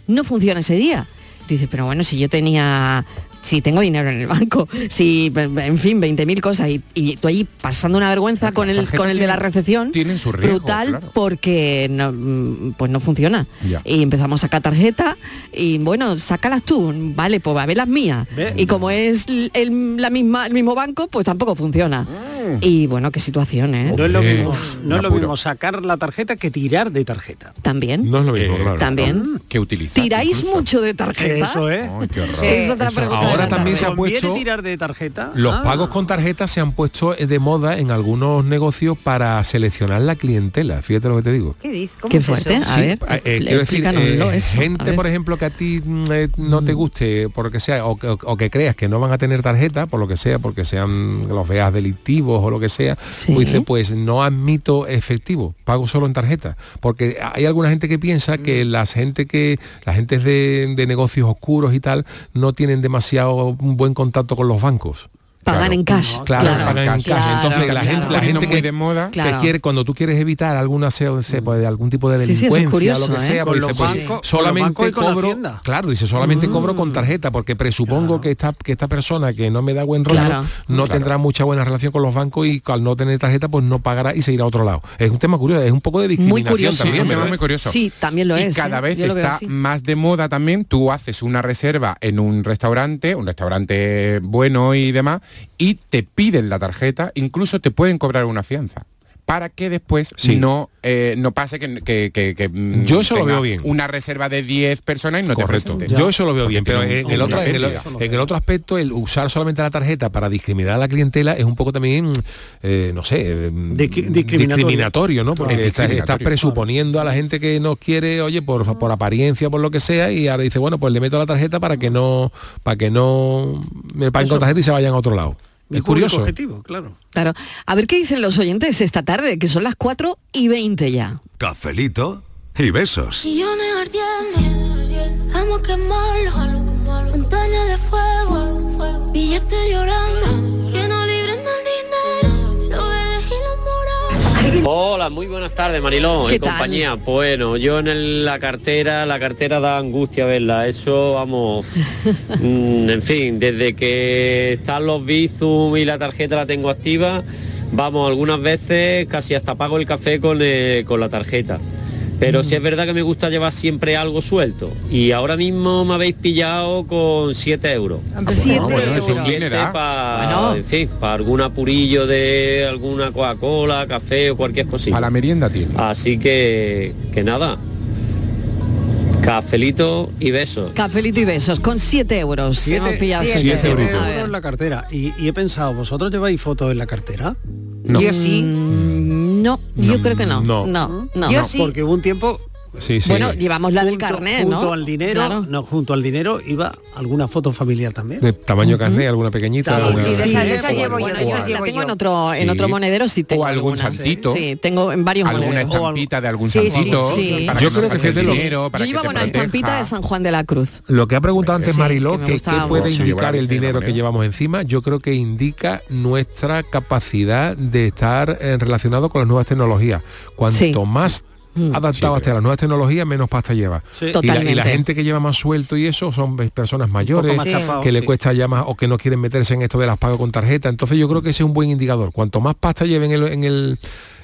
[SPEAKER 2] no funciona ese día. Tú dices, pero bueno, si yo tenía... Si tengo dinero en el banco, si, en fin, 20.000 cosas, y, y tú ahí pasando una vergüenza
[SPEAKER 4] Las
[SPEAKER 2] con el,
[SPEAKER 4] tarjetas
[SPEAKER 2] con el de la
[SPEAKER 4] tienen-
[SPEAKER 2] recepción,
[SPEAKER 4] tienen su riesgo,
[SPEAKER 2] brutal,
[SPEAKER 4] claro.
[SPEAKER 2] porque no, mm, pues no funciona.
[SPEAKER 4] Ya.
[SPEAKER 2] Y empezamos a sacar tarjetas y bueno, sácalas tú, vale, pues va a ver las mías.
[SPEAKER 5] Ve.
[SPEAKER 2] Y como es l- el, la misma, el mismo banco, pues tampoco funciona.
[SPEAKER 4] Mm.
[SPEAKER 2] Y bueno, qué situación, ¿eh?
[SPEAKER 5] No es lo
[SPEAKER 4] Hombre,
[SPEAKER 5] mismo,
[SPEAKER 4] uf,
[SPEAKER 5] no
[SPEAKER 4] me
[SPEAKER 5] es lo
[SPEAKER 4] apuro.
[SPEAKER 5] mismo sacar la tarjeta que tirar de tarjeta. Eh,
[SPEAKER 2] También.
[SPEAKER 7] no es lo mismo, claro.
[SPEAKER 2] También.
[SPEAKER 4] Que utiliza.
[SPEAKER 2] ¿Tiráis mucho de tarjeta?
[SPEAKER 5] Eso ¿eh? es.
[SPEAKER 4] Ay, qué horror.
[SPEAKER 6] Sí.
[SPEAKER 2] Es otra
[SPEAKER 4] Eso-
[SPEAKER 2] pregunta.
[SPEAKER 7] ahora
[SPEAKER 2] de la
[SPEAKER 7] también
[SPEAKER 2] tarde.
[SPEAKER 7] se ha
[SPEAKER 5] ¿Conviene
[SPEAKER 7] puesto
[SPEAKER 5] tirar de tarjeta?
[SPEAKER 7] Los
[SPEAKER 5] Ah.
[SPEAKER 7] pagos con tarjeta se han puesto eh, de moda en algunos negocios para seleccionar la clientela. Fíjate lo que te digo.
[SPEAKER 6] ¿Qué dices? ¿Cómo
[SPEAKER 2] Qué
[SPEAKER 6] es eso?
[SPEAKER 2] fuerte. A
[SPEAKER 7] Sí, eh, eh,
[SPEAKER 2] ver, le-
[SPEAKER 7] quiero decir,
[SPEAKER 2] explícanoslo
[SPEAKER 7] eh,
[SPEAKER 2] eso, a
[SPEAKER 7] gente,
[SPEAKER 2] ver.
[SPEAKER 7] por ejemplo, que a ti mm, eh, no te guste, porque sea, o, que- o que creas que no van a tener tarjeta, por lo que sea, porque sean los veas delictivos o lo que sea,
[SPEAKER 2] Sí.
[SPEAKER 7] pues dice, pues no admito efectivo, pago solo en tarjeta. Porque hay alguna gente que piensa
[SPEAKER 6] Mm.
[SPEAKER 7] que la gente que, la gente de, de negocios oscuros y tal, no tienen demasiado un buen contacto con los bancos.
[SPEAKER 2] Pagan en cash.
[SPEAKER 7] Claro,
[SPEAKER 2] Claro,
[SPEAKER 7] pagan en
[SPEAKER 2] claro,
[SPEAKER 7] cash. Entonces la
[SPEAKER 2] claro.
[SPEAKER 7] gente, la
[SPEAKER 2] Está
[SPEAKER 7] gente
[SPEAKER 2] poniendo muy
[SPEAKER 7] que,
[SPEAKER 2] de moda.
[SPEAKER 7] que
[SPEAKER 2] Claro. Mm.
[SPEAKER 7] quiere, cuando tú quieres evitar alguna se- se- pues, de algún tipo de
[SPEAKER 2] Sí, sí, eso es
[SPEAKER 7] delincuencia,
[SPEAKER 2] curioso,
[SPEAKER 7] lo que
[SPEAKER 2] ¿eh?
[SPEAKER 7] sea,
[SPEAKER 2] Con
[SPEAKER 7] pues,
[SPEAKER 2] los
[SPEAKER 7] dice, pues,
[SPEAKER 2] bancos-
[SPEAKER 5] con
[SPEAKER 7] solamente
[SPEAKER 5] los bancos y con la
[SPEAKER 7] cobro,
[SPEAKER 5] Hacienda.
[SPEAKER 7] claro, dice, solamente
[SPEAKER 2] Mm.
[SPEAKER 7] cobro con tarjeta, porque presupongo que esta que esta persona que no me da buen rollo
[SPEAKER 2] Claro.
[SPEAKER 7] no tendrá mucha buena relación con los bancos y al no tener tarjeta pues no pagará y se irá a otro lado. Es un tema curioso, es un poco de
[SPEAKER 2] Muy
[SPEAKER 7] discriminación
[SPEAKER 2] curioso.
[SPEAKER 7] también,
[SPEAKER 4] Sí,
[SPEAKER 7] ¿verdad?
[SPEAKER 4] muy curioso.
[SPEAKER 2] Sí, también lo
[SPEAKER 4] y
[SPEAKER 2] es.
[SPEAKER 4] cada
[SPEAKER 2] ¿eh?
[SPEAKER 4] vez
[SPEAKER 2] Yo lo veo
[SPEAKER 4] está
[SPEAKER 2] así.
[SPEAKER 4] más de moda también. Tú haces una reserva en un restaurante, un restaurante bueno y demás, y te piden la tarjeta, incluso te pueden cobrar una fianza para que después
[SPEAKER 7] Sí.
[SPEAKER 4] no, eh, no pase que, que- que- que, mm,
[SPEAKER 7] Yo eso lo
[SPEAKER 4] tenga
[SPEAKER 7] veo bien.
[SPEAKER 4] una reserva de 10 personas y no
[SPEAKER 7] Correcto.
[SPEAKER 4] te presentes.
[SPEAKER 7] Yo eso lo veo bien, pero
[SPEAKER 4] tiene
[SPEAKER 7] en
[SPEAKER 4] un-
[SPEAKER 7] el,
[SPEAKER 4] una
[SPEAKER 7] otro, en, el,
[SPEAKER 4] pérdida.
[SPEAKER 7] en el otro aspecto, el usar solamente la tarjeta para discriminar a la clientela es un poco también, eh, no sé, eh,
[SPEAKER 5] Disqui- discriminatorio.
[SPEAKER 7] discriminatorio, ¿no? Porque
[SPEAKER 4] Claro.
[SPEAKER 7] estás, estás
[SPEAKER 4] Ah, Discriminatorio.
[SPEAKER 7] presuponiendo a la gente que no quiere, oye, por, por apariencia, por lo que sea, y ahora dice, bueno, pues le meto la tarjeta para que no, para que no me paguen con tarjeta y se vayan a otro lado.
[SPEAKER 5] Mi
[SPEAKER 7] es
[SPEAKER 5] público
[SPEAKER 7] curioso.
[SPEAKER 5] objetivo, claro.
[SPEAKER 2] Claro. A ver qué dicen los oyentes esta tarde, que son las 4 y 20 ya.
[SPEAKER 1] Cafelito y besos.
[SPEAKER 8] Sillones ardiendo, amo quemarlo, montaña de fuego, billetes llorando, que no libren del dinero, los verdes y los morados.
[SPEAKER 9] Hola, muy buenas tardes, Marilón
[SPEAKER 2] ¿Qué
[SPEAKER 9] y
[SPEAKER 2] tal?
[SPEAKER 9] compañía. Bueno, yo en el- la cartera, la cartera da angustia verla. Eso, vamos, mm, en fin, desde que están los Bizum y la tarjeta la tengo activa, vamos, algunas veces casi hasta pago el café con, eh, con la tarjeta.
[SPEAKER 4] Mm.
[SPEAKER 9] Pero sí es verdad que me gusta llevar siempre algo suelto. Y ahora mismo me habéis pillado con 7 euros.
[SPEAKER 2] Siete
[SPEAKER 4] bueno,
[SPEAKER 9] eh.
[SPEAKER 4] eso es un
[SPEAKER 2] euros.
[SPEAKER 4] bien.
[SPEAKER 9] Ese
[SPEAKER 4] dineral.
[SPEAKER 9] pa-
[SPEAKER 2] Bueno.
[SPEAKER 9] en fin, para algún apurillo de alguna Coca-Cola, café o cualquier cosita.
[SPEAKER 4] A la merienda tiene.
[SPEAKER 9] Así que, que nada. Cafelito y besos.
[SPEAKER 2] Cafelito y besos, con 7 euros.
[SPEAKER 5] Siete-
[SPEAKER 2] Hemos pillado este
[SPEAKER 6] siete
[SPEAKER 2] tema.
[SPEAKER 7] euritos.
[SPEAKER 2] A
[SPEAKER 5] Euros
[SPEAKER 2] ver.
[SPEAKER 5] en la cartera. Y, y he pensado, ¿vosotros lleváis fotos en la cartera?
[SPEAKER 6] Yo sí.
[SPEAKER 2] Mm, No, yo creo que no. No,
[SPEAKER 7] no.
[SPEAKER 2] no.
[SPEAKER 6] Yo
[SPEAKER 2] No.
[SPEAKER 6] sí.
[SPEAKER 5] Porque hubo un tiempo
[SPEAKER 7] Sí, sí.
[SPEAKER 2] Bueno, llevamos la del
[SPEAKER 5] junto-
[SPEAKER 2] carnet,
[SPEAKER 5] junto
[SPEAKER 2] ¿no?
[SPEAKER 5] al dinero,
[SPEAKER 2] Claro.
[SPEAKER 5] no, junto al dinero iba alguna foto familiar también.
[SPEAKER 7] de tamaño carnet, alguna pequeñita.
[SPEAKER 5] Sí,
[SPEAKER 7] alguna-
[SPEAKER 6] sí, de
[SPEAKER 2] Sí,
[SPEAKER 6] esa- de esa
[SPEAKER 2] sí,
[SPEAKER 6] llevo yo,
[SPEAKER 2] bueno,
[SPEAKER 6] de esa
[SPEAKER 2] esa la
[SPEAKER 6] llevo
[SPEAKER 2] tengo
[SPEAKER 6] yo.
[SPEAKER 2] en otro, en
[SPEAKER 4] Sí.
[SPEAKER 2] otro monedero, sí
[SPEAKER 4] O
[SPEAKER 2] tengo
[SPEAKER 4] algún
[SPEAKER 2] algunas.
[SPEAKER 4] salsito.
[SPEAKER 2] Sí, tengo en varios
[SPEAKER 4] alguna
[SPEAKER 2] monederos.
[SPEAKER 4] estampita de algún
[SPEAKER 2] Sí, sí,
[SPEAKER 4] santito
[SPEAKER 2] sí.
[SPEAKER 4] para
[SPEAKER 7] Yo
[SPEAKER 4] no
[SPEAKER 7] creo que
[SPEAKER 4] te paguen
[SPEAKER 7] fíjate
[SPEAKER 4] el
[SPEAKER 7] lo-
[SPEAKER 4] dinero, para
[SPEAKER 2] Yo iba
[SPEAKER 4] que te
[SPEAKER 2] con la estampita
[SPEAKER 4] proteja.
[SPEAKER 2] de San Juan de la Cruz.
[SPEAKER 7] Lo que ha preguntado antes
[SPEAKER 2] Sí,
[SPEAKER 7] Mariló,
[SPEAKER 2] que me
[SPEAKER 7] que,
[SPEAKER 2] gustaba
[SPEAKER 7] qué puede
[SPEAKER 4] mucho. Sí,
[SPEAKER 7] indicar
[SPEAKER 4] llevar
[SPEAKER 7] el
[SPEAKER 4] la cartera,
[SPEAKER 7] dinero que
[SPEAKER 4] Mariló.
[SPEAKER 7] llevamos encima, yo creo que indica nuestra capacidad de estar eh, relacionado con las nuevas tecnologías. Cuanto
[SPEAKER 2] Sí.
[SPEAKER 7] más adaptado hasta las nuevas tecnologías, menos pasta lleva.
[SPEAKER 5] Sí.
[SPEAKER 7] Y, la, y la
[SPEAKER 2] Totalmente.
[SPEAKER 7] gente que lleva más suelto y eso son eh, personas mayores,
[SPEAKER 5] más
[SPEAKER 6] Sí.
[SPEAKER 5] chapado,
[SPEAKER 7] que le
[SPEAKER 5] sí.
[SPEAKER 7] cuesta ya más o que no quieren meterse en esto de las pago con tarjeta. Entonces yo creo que ese es un buen indicador. Cuanto más pasta lleven en, el- en el-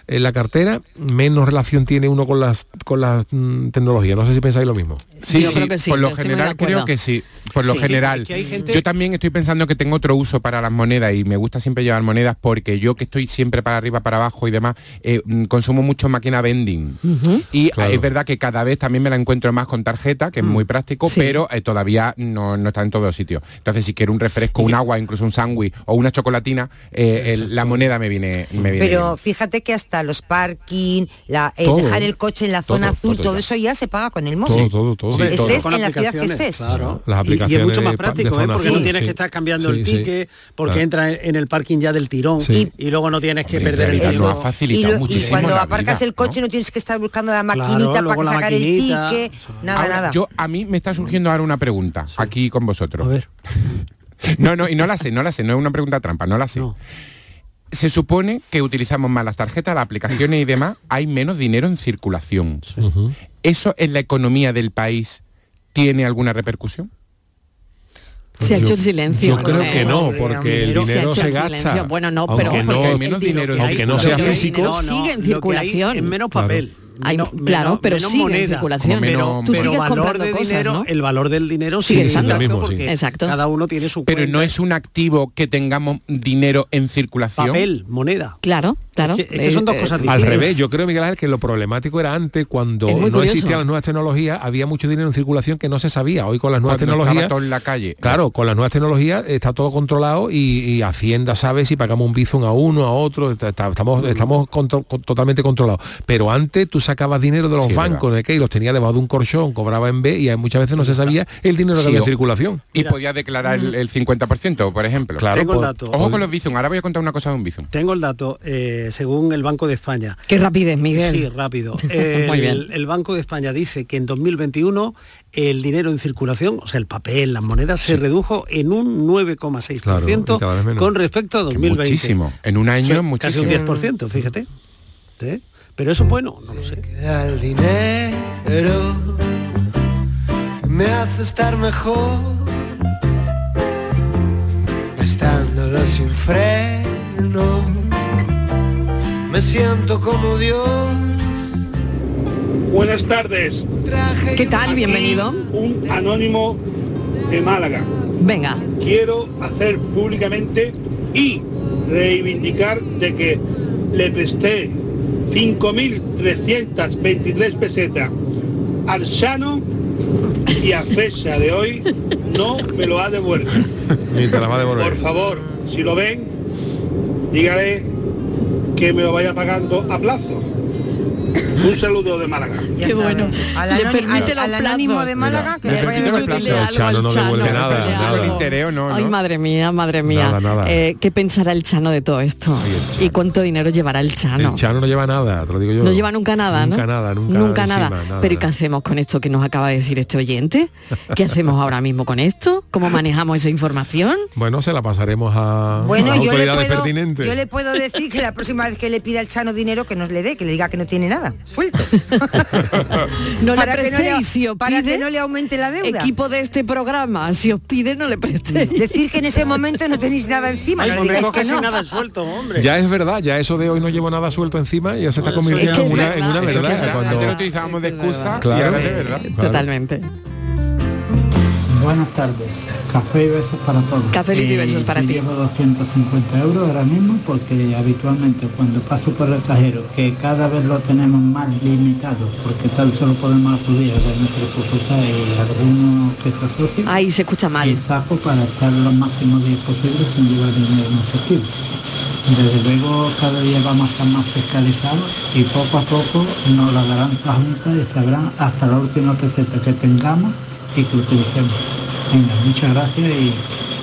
[SPEAKER 7] en la cartera, menos relación tiene uno con las con las mm, tecnologías. No sé si pensáis lo mismo.
[SPEAKER 4] Sí,
[SPEAKER 2] Yo
[SPEAKER 4] sí,
[SPEAKER 2] creo que sí,
[SPEAKER 4] por
[SPEAKER 2] yo
[SPEAKER 4] lo
[SPEAKER 2] estoy muy de
[SPEAKER 4] general
[SPEAKER 2] acuerdo.
[SPEAKER 4] creo que sí, por lo
[SPEAKER 2] Sí.
[SPEAKER 4] general.
[SPEAKER 5] Que hay gente-
[SPEAKER 4] Yo también estoy pensando que tengo otro uso para las monedas y me gusta siempre llevar monedas porque yo que estoy siempre para arriba, para abajo y demás, eh, mm, consumo mucho máquina vending. Y eh,
[SPEAKER 7] Claro.
[SPEAKER 4] es verdad que cada vez también me la encuentro más con tarjeta, que es muy práctico,
[SPEAKER 2] Sí.
[SPEAKER 4] pero eh, todavía no, no está en todos los sitios. Entonces, si quiero un refresco, un agua, incluso un sándwich o una chocolatina, eh, el- la moneda me viene, me viene
[SPEAKER 6] Pero
[SPEAKER 4] bien.
[SPEAKER 6] fíjate que hasta los parking, la, el
[SPEAKER 7] Todo.
[SPEAKER 6] dejar el coche en la
[SPEAKER 4] Todo,
[SPEAKER 6] zona azul,
[SPEAKER 4] todo
[SPEAKER 6] todo,
[SPEAKER 4] ya.
[SPEAKER 6] eso ya se paga con el
[SPEAKER 7] Todo,
[SPEAKER 6] móvil.
[SPEAKER 7] todo, todo.
[SPEAKER 4] Hombre,
[SPEAKER 7] todo.
[SPEAKER 6] estés
[SPEAKER 5] Con
[SPEAKER 6] en la ciudad que
[SPEAKER 5] aplicaciones,
[SPEAKER 6] estés.
[SPEAKER 5] Claro.
[SPEAKER 7] Las
[SPEAKER 5] Y- y, es
[SPEAKER 7] aplicaciones
[SPEAKER 5] mucho más
[SPEAKER 7] de pa- de
[SPEAKER 5] práctico, ¿eh?
[SPEAKER 7] zona
[SPEAKER 5] porque
[SPEAKER 7] azul,
[SPEAKER 5] no tienes
[SPEAKER 7] sí.
[SPEAKER 5] que estar cambiando
[SPEAKER 7] Sí,
[SPEAKER 5] el
[SPEAKER 7] sí.
[SPEAKER 5] ticket, porque
[SPEAKER 7] Claro.
[SPEAKER 5] entra en el parking ya del tirón
[SPEAKER 7] Sí.
[SPEAKER 5] y luego no tienes que
[SPEAKER 4] Hombre, en
[SPEAKER 5] perder el
[SPEAKER 4] realidad
[SPEAKER 5] tiempo.
[SPEAKER 4] nos ha
[SPEAKER 6] Y,
[SPEAKER 4] facilitado
[SPEAKER 6] lo- y
[SPEAKER 4] muchísimo
[SPEAKER 6] cuando
[SPEAKER 4] la
[SPEAKER 6] aparcas
[SPEAKER 4] vida,
[SPEAKER 6] el coche
[SPEAKER 4] ¿no?
[SPEAKER 6] no tienes que estar buscando la
[SPEAKER 5] Claro,
[SPEAKER 6] maquinita
[SPEAKER 5] luego la
[SPEAKER 6] para sacar
[SPEAKER 5] maquinita.
[SPEAKER 6] el ticket, nada,
[SPEAKER 4] Ahora,
[SPEAKER 6] nada.
[SPEAKER 4] Yo, a mí me está surgiendo ahora una pregunta aquí con vosotros.
[SPEAKER 5] A ver,
[SPEAKER 4] No, no, y no la sé, no la sé, no es una pregunta trampa, no la sé.
[SPEAKER 5] No.
[SPEAKER 4] Se supone que utilizamos más las tarjetas, las aplicaciones y demás, hay menos dinero en circulación. ¿Eso en la economía del país tiene alguna repercusión?
[SPEAKER 2] Se
[SPEAKER 7] Pues
[SPEAKER 2] ha
[SPEAKER 7] Yo-
[SPEAKER 2] hecho el silencio.
[SPEAKER 7] Yo creo
[SPEAKER 2] hombre.
[SPEAKER 7] que no, porque el
[SPEAKER 5] Dinero-
[SPEAKER 2] Se ha
[SPEAKER 7] dinero
[SPEAKER 2] hecho
[SPEAKER 7] se,
[SPEAKER 2] el
[SPEAKER 7] gasta.
[SPEAKER 2] silencio. Bueno, no, pero-
[SPEAKER 7] Aunque no,
[SPEAKER 4] Porque hay menos
[SPEAKER 5] Lo que
[SPEAKER 4] dinero en
[SPEAKER 5] hay-
[SPEAKER 7] aunque no
[SPEAKER 5] lo
[SPEAKER 7] sea
[SPEAKER 5] que hay-
[SPEAKER 7] físico.
[SPEAKER 5] no, no,
[SPEAKER 2] Sigue en
[SPEAKER 5] lo que hay
[SPEAKER 2] circulación.
[SPEAKER 5] Es menos
[SPEAKER 7] Claro.
[SPEAKER 5] papel.
[SPEAKER 2] Hay-
[SPEAKER 5] menos-
[SPEAKER 2] claro,
[SPEAKER 5] menos-
[SPEAKER 2] pero
[SPEAKER 5] menos
[SPEAKER 2] sigue en
[SPEAKER 5] moneda.
[SPEAKER 2] circulación.
[SPEAKER 4] Pero-
[SPEAKER 2] Tú
[SPEAKER 5] pero
[SPEAKER 2] sigues
[SPEAKER 5] valor
[SPEAKER 2] comprando
[SPEAKER 5] de
[SPEAKER 2] cosas,
[SPEAKER 5] dinero,
[SPEAKER 2] ¿no?
[SPEAKER 5] el valor del dinero
[SPEAKER 2] Sigue
[SPEAKER 5] sigue
[SPEAKER 2] estando.
[SPEAKER 5] intacto
[SPEAKER 7] Lo mismo, sí.
[SPEAKER 5] porque
[SPEAKER 2] Exacto.
[SPEAKER 5] cada uno tiene su
[SPEAKER 4] Pero no
[SPEAKER 5] cuenta.
[SPEAKER 4] es un activo que tengamos dinero en circulación.
[SPEAKER 5] papel, moneda.
[SPEAKER 2] Claro, claro.
[SPEAKER 5] Es que- es que son dos
[SPEAKER 2] Eh,
[SPEAKER 5] cosas
[SPEAKER 2] eh,
[SPEAKER 7] Al
[SPEAKER 5] Sí.
[SPEAKER 7] revés, yo creo, Miguel Ángel, que lo problemático era antes, cuando
[SPEAKER 2] Es muy
[SPEAKER 7] no
[SPEAKER 2] curioso.
[SPEAKER 7] existían las nuevas tecnologías, había mucho dinero en circulación que no se sabía. Hoy con las nuevas
[SPEAKER 4] Cuando estaba
[SPEAKER 7] tecnologías.
[SPEAKER 4] todo en la calle.
[SPEAKER 7] Claro, con las nuevas tecnologías está todo controlado y, y Hacienda sabe Mm. si pagamos un bizum a uno, a otro, está- está- estamos, estamos contro- con- totalmente controlados. Pero antes tú sacabas dinero de los
[SPEAKER 4] Sí, es
[SPEAKER 7] bancos, de qué, y los tenía debajo de un corchón, cobraba en B y eh, muchas veces no se sabía el dinero
[SPEAKER 4] Sí,
[SPEAKER 7] que había en
[SPEAKER 4] o-
[SPEAKER 7] circulación.
[SPEAKER 4] Y podía declarar el, el 50%, por ejemplo.
[SPEAKER 7] Claro, Tengo el por- dato.
[SPEAKER 4] Ojo con los Bizum, ahora voy a contar una cosa de un Bizum.
[SPEAKER 5] Tengo el dato, eh, según el Banco de España.
[SPEAKER 2] Qué rapidez, Miguel.
[SPEAKER 5] Sí, rápido.
[SPEAKER 2] Muy bien.
[SPEAKER 5] El, el Banco de España dice que en 2021 el dinero en circulación, o sea, el papel, las monedas, se redujo en un
[SPEAKER 4] Claro, y
[SPEAKER 5] 9,6%
[SPEAKER 4] cada vez menos.
[SPEAKER 5] con respecto a 2020.
[SPEAKER 4] Muchísimo. En un año,
[SPEAKER 5] O sea,
[SPEAKER 4] muchísimo. Mm.
[SPEAKER 5] Casi un 10%, fíjate. ¿Eh? Pero eso es bueno, no lo sé.
[SPEAKER 10] El dinero me hace estar mejor gastándolo sin freno me siento como Dios
[SPEAKER 11] Buenas tardes.
[SPEAKER 2] ¿Qué tal? Bienvenido.
[SPEAKER 11] Un anónimo de Málaga.
[SPEAKER 2] Venga.
[SPEAKER 11] Quiero hacer públicamente y reivindicar de que le presté 5.323 pesetas al Sano y a fecha de hoy no me lo ha devuelto.
[SPEAKER 7] Ni te la va a devolver.
[SPEAKER 11] Por favor, si lo ven, dígale que me lo vaya pagando a plazo. Un saludo de Málaga.
[SPEAKER 3] Qué bueno. Al,
[SPEAKER 11] Le
[SPEAKER 3] anónimo-
[SPEAKER 11] permite
[SPEAKER 3] al- al
[SPEAKER 11] los
[SPEAKER 3] anónimo
[SPEAKER 11] plazos.
[SPEAKER 3] de Málaga, que
[SPEAKER 11] Mira,
[SPEAKER 3] le
[SPEAKER 11] le
[SPEAKER 3] vayan
[SPEAKER 11] permite
[SPEAKER 3] a-
[SPEAKER 11] los
[SPEAKER 2] Dile algo
[SPEAKER 7] Chano
[SPEAKER 2] al
[SPEAKER 7] no devuelve
[SPEAKER 2] Chano,
[SPEAKER 7] nada,
[SPEAKER 2] dile
[SPEAKER 7] nada.
[SPEAKER 2] algo.
[SPEAKER 7] El
[SPEAKER 2] Ay, madre mía, madre mía.
[SPEAKER 7] Nada, nada.
[SPEAKER 2] Eh, ¿Qué pensará el Chano de todo esto? ¿Y cuánto dinero llevará el Chano?
[SPEAKER 7] El Chano no lleva nada, te lo digo yo.
[SPEAKER 2] Ah, No lleva nunca nada, ¿no?
[SPEAKER 7] Nunca nada, nunca,
[SPEAKER 2] nada.
[SPEAKER 7] encima, nada.
[SPEAKER 2] Pero ¿y qué hacemos con esto que nos acaba de decir este oyente? ¿Qué hacemos ahora mismo con esto? ¿Cómo manejamos esa información?
[SPEAKER 7] Bueno, se la pasaremos a,
[SPEAKER 3] Bueno,
[SPEAKER 7] a las
[SPEAKER 3] yo le,
[SPEAKER 7] autoridades
[SPEAKER 3] puedo,
[SPEAKER 7] pertinentes.
[SPEAKER 3] yo le puedo decir que la próxima vez que le pida el Chano dinero que nos le dé, que le diga que no tiene nada, suelto.
[SPEAKER 2] No le
[SPEAKER 3] Para que no le-
[SPEAKER 2] prestéis, si os
[SPEAKER 3] para
[SPEAKER 2] pide,
[SPEAKER 3] que no le aumente la deuda.
[SPEAKER 2] Equipo de este programa, si os pide, no le prestéis.
[SPEAKER 3] Decir que en ese momento no tenéis nada encima.
[SPEAKER 5] Ay,
[SPEAKER 3] no
[SPEAKER 5] no
[SPEAKER 3] digáis
[SPEAKER 5] me
[SPEAKER 3] que
[SPEAKER 5] coges
[SPEAKER 3] no.
[SPEAKER 5] nada suelto, hombre.
[SPEAKER 7] Ya es verdad, ya eso de hoy no llevo nada suelto encima y ya se está convirtiendo en, una, en una
[SPEAKER 4] Eso es
[SPEAKER 7] verdad.
[SPEAKER 4] verdad.
[SPEAKER 7] cuando-
[SPEAKER 4] Antes lo utilizábamos de excusa y
[SPEAKER 7] Claro.
[SPEAKER 4] ahora de verdad.
[SPEAKER 2] Totalmente.
[SPEAKER 12] Buenas tardes, café y besos para todos.
[SPEAKER 2] Cafelito y besos para
[SPEAKER 12] yo
[SPEAKER 2] ti.
[SPEAKER 12] Llevo 250 euros ahora mismo porque habitualmente cuando paso por el cajero, que cada vez lo tenemos más limitado, porque tan solo podemos acudir a nuestra sucursal y algunos que se asocian.
[SPEAKER 2] Ahí se escucha mal.
[SPEAKER 12] Y saco para estar los máximos días posibles sin llevar dinero en efectivo. Desde luego cada día vamos a estar más fiscalizados y poco a poco nos la darán la Junta y sabrán hasta la última peseta que tengamos y que utilicemos. Venga, muchas gracias y...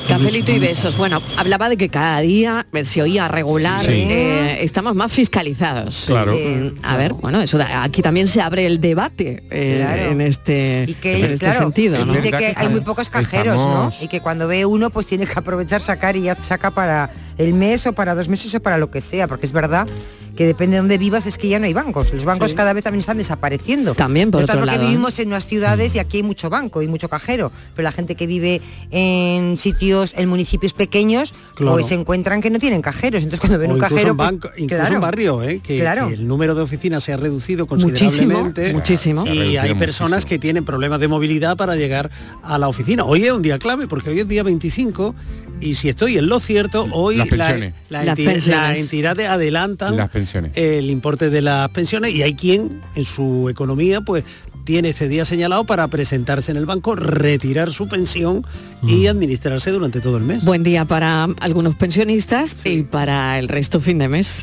[SPEAKER 2] Cafelito y besos. Bueno, hablaba de que cada día eh, se oía regular,
[SPEAKER 12] Sí.
[SPEAKER 2] eh, estamos más fiscalizados.
[SPEAKER 12] Claro.
[SPEAKER 2] Mm, A ver, bueno, eso da- aquí también se abre el debate eh,
[SPEAKER 3] Claro.
[SPEAKER 2] en este,
[SPEAKER 3] que,
[SPEAKER 2] en este
[SPEAKER 3] claro,
[SPEAKER 2] sentido. ¿no?
[SPEAKER 3] dice que hay muy pocos cajeros,
[SPEAKER 2] Estamos-
[SPEAKER 3] ¿no? Y que cuando ve uno, pues tiene que aprovechar, sacar y ya saca para el mes o para dos meses o para lo que sea, porque es verdad que depende de dónde vivas es que ya no hay bancos. Los bancos
[SPEAKER 2] Sí.
[SPEAKER 3] cada vez también están desapareciendo.
[SPEAKER 2] También, por
[SPEAKER 3] Pero claro,
[SPEAKER 2] otro
[SPEAKER 3] porque
[SPEAKER 2] lado, ¿eh?
[SPEAKER 3] vivimos en unas
[SPEAKER 13] mm.
[SPEAKER 3] ciudades y aquí hay mucho banco y mucho cajero, pero la gente que vive en sitios, en municipios pequeños,
[SPEAKER 5] Claro.
[SPEAKER 3] pues se encuentran que no tienen cajeros. Entonces cuando ven
[SPEAKER 5] O
[SPEAKER 3] un
[SPEAKER 5] incluso
[SPEAKER 3] cajero,
[SPEAKER 5] en
[SPEAKER 3] pues,
[SPEAKER 5] banco- incluso
[SPEAKER 3] claro.
[SPEAKER 5] en barrio, ¿eh? que,
[SPEAKER 3] Claro.
[SPEAKER 5] que el número de oficinas se ha reducido
[SPEAKER 2] Muchísimo,
[SPEAKER 5] considerablemente.
[SPEAKER 2] muchísimo. Se ha
[SPEAKER 5] Y
[SPEAKER 2] reducido
[SPEAKER 5] hay personas que tienen problemas de movilidad para llegar a la oficina. Hoy es un día clave porque hoy es día 25 y si estoy en lo cierto, hoy
[SPEAKER 4] Las
[SPEAKER 5] la- la
[SPEAKER 4] pensiones.
[SPEAKER 5] enti-
[SPEAKER 4] Las pensiones.
[SPEAKER 5] las entidades adelantan
[SPEAKER 4] Las pensiones.
[SPEAKER 5] el importe de las pensiones y hay quien en su economía pues tiene este día señalado para presentarse en el banco, retirar su pensión
[SPEAKER 2] Mm.
[SPEAKER 5] y administrarse durante todo el mes.
[SPEAKER 2] Buen día para algunos pensionistas y para el resto fin de mes.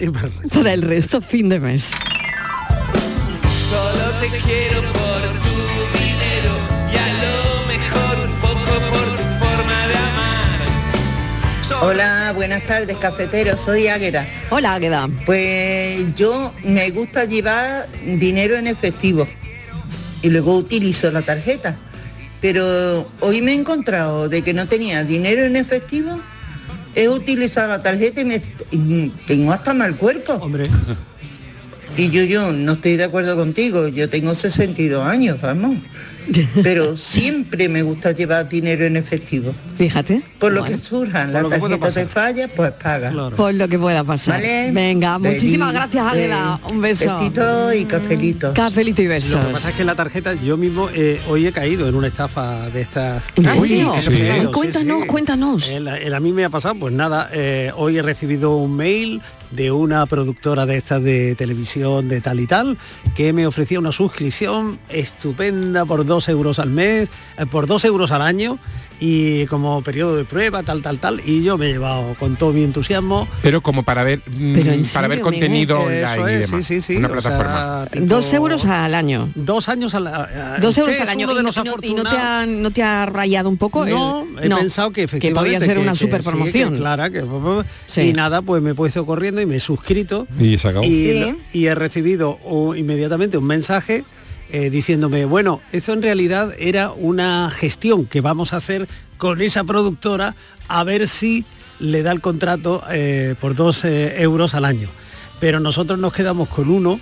[SPEAKER 2] para el resto fin de mes.
[SPEAKER 14] Solo te quiero por tu dinero y a lo mejor un poco por tu forma de amar.
[SPEAKER 15] Hola, buenas tardes, cafetero. Soy Águeda.
[SPEAKER 2] Hola, Águeda.
[SPEAKER 15] Pues yo me gusta llevar dinero en efectivo y luego utilizo la tarjeta. Pero hoy me he encontrado de que no tenía dinero en efectivo. He utilizado la tarjeta y me y tengo hasta mal cuerpo.
[SPEAKER 5] Hombre.
[SPEAKER 15] Y yo, yo no estoy de acuerdo contigo. Yo tengo 62 años, vamos. Pero siempre me gusta llevar dinero en efectivo.
[SPEAKER 2] Fíjate.
[SPEAKER 15] Por lo
[SPEAKER 2] Bueno.
[SPEAKER 15] que surjan, la tarjeta te falla, pues paga.
[SPEAKER 2] Por lo que pueda pasar.
[SPEAKER 15] Vale.
[SPEAKER 2] Venga,
[SPEAKER 15] Feliz,
[SPEAKER 2] muchísimas gracias,
[SPEAKER 15] eh,
[SPEAKER 2] Águeda. Un beso.
[SPEAKER 15] Besito y cafelito.
[SPEAKER 2] Cafelito y besos.
[SPEAKER 5] Lo que pasa es que la tarjeta, yo mismo eh, hoy he caído en una estafa de estas.
[SPEAKER 2] ¿En
[SPEAKER 5] Uy,
[SPEAKER 2] serio?
[SPEAKER 5] he caído, sí,
[SPEAKER 2] Cuéntanos,
[SPEAKER 5] sí.
[SPEAKER 2] cuéntanos.
[SPEAKER 5] El- el a mí me ha pasado, pues nada, eh, hoy he recibido un mail de una productora de estas de televisión de tal y tal, que me ofrecía una suscripción estupenda por dos euros al mes, eh, por dos euros al año, y como periodo de prueba, tal, tal, tal. Y yo me he llevado con todo mi entusiasmo.
[SPEAKER 4] Pero como para ver, mm,
[SPEAKER 5] Pero en
[SPEAKER 4] para
[SPEAKER 5] serio,
[SPEAKER 4] ver
[SPEAKER 5] Miguel.
[SPEAKER 4] contenido
[SPEAKER 5] Eso
[SPEAKER 4] online y
[SPEAKER 5] es,
[SPEAKER 4] demás.
[SPEAKER 5] sí, sí, sí,
[SPEAKER 4] Una
[SPEAKER 5] o
[SPEAKER 4] plataforma.
[SPEAKER 5] sea, tipo-
[SPEAKER 2] Dos euros al año.
[SPEAKER 5] Dos años al año.
[SPEAKER 2] Dos
[SPEAKER 5] Usted
[SPEAKER 2] euros
[SPEAKER 5] es
[SPEAKER 2] al año.
[SPEAKER 5] uno de
[SPEAKER 2] ¿Y no-
[SPEAKER 5] los
[SPEAKER 2] y no, y no te ha, no te ha rayado un poco? el-
[SPEAKER 5] No, he
[SPEAKER 2] no,
[SPEAKER 5] pensado que efectivamente
[SPEAKER 2] Que podía ser una
[SPEAKER 5] sí,
[SPEAKER 2] super
[SPEAKER 5] que
[SPEAKER 2] promoción.
[SPEAKER 5] Clara, que
[SPEAKER 2] Sí.
[SPEAKER 5] y nada, pues me he puesto corriendo y me he suscrito
[SPEAKER 7] Y se acabó.
[SPEAKER 5] y,
[SPEAKER 7] Sí.
[SPEAKER 5] y he recibido oh, inmediatamente un mensaje eh, diciéndome, bueno, eso en realidad era una gestión que vamos a hacer con esa productora a ver si le da el contrato eh, por dos eh, euros al año. Pero nosotros nos quedamos con uno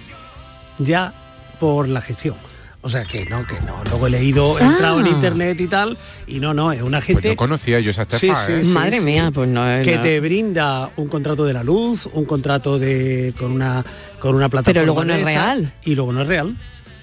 [SPEAKER 5] ya por la gestión. O sea que no, que no. Luego he leído, he entrado en
[SPEAKER 4] Ah.
[SPEAKER 5] internet y tal, y no, no, es una
[SPEAKER 4] Pues
[SPEAKER 5] gente
[SPEAKER 4] no conocía yo esa
[SPEAKER 2] Este
[SPEAKER 4] estafa. ¿eh?
[SPEAKER 2] Madre mía, pues no es
[SPEAKER 5] que
[SPEAKER 2] no.
[SPEAKER 5] te brinda un contrato de la luz, un contrato de con una con una plataforma.
[SPEAKER 2] Pero luego no
[SPEAKER 5] de
[SPEAKER 2] es
[SPEAKER 5] esta,
[SPEAKER 2] real.
[SPEAKER 5] Y luego no es real.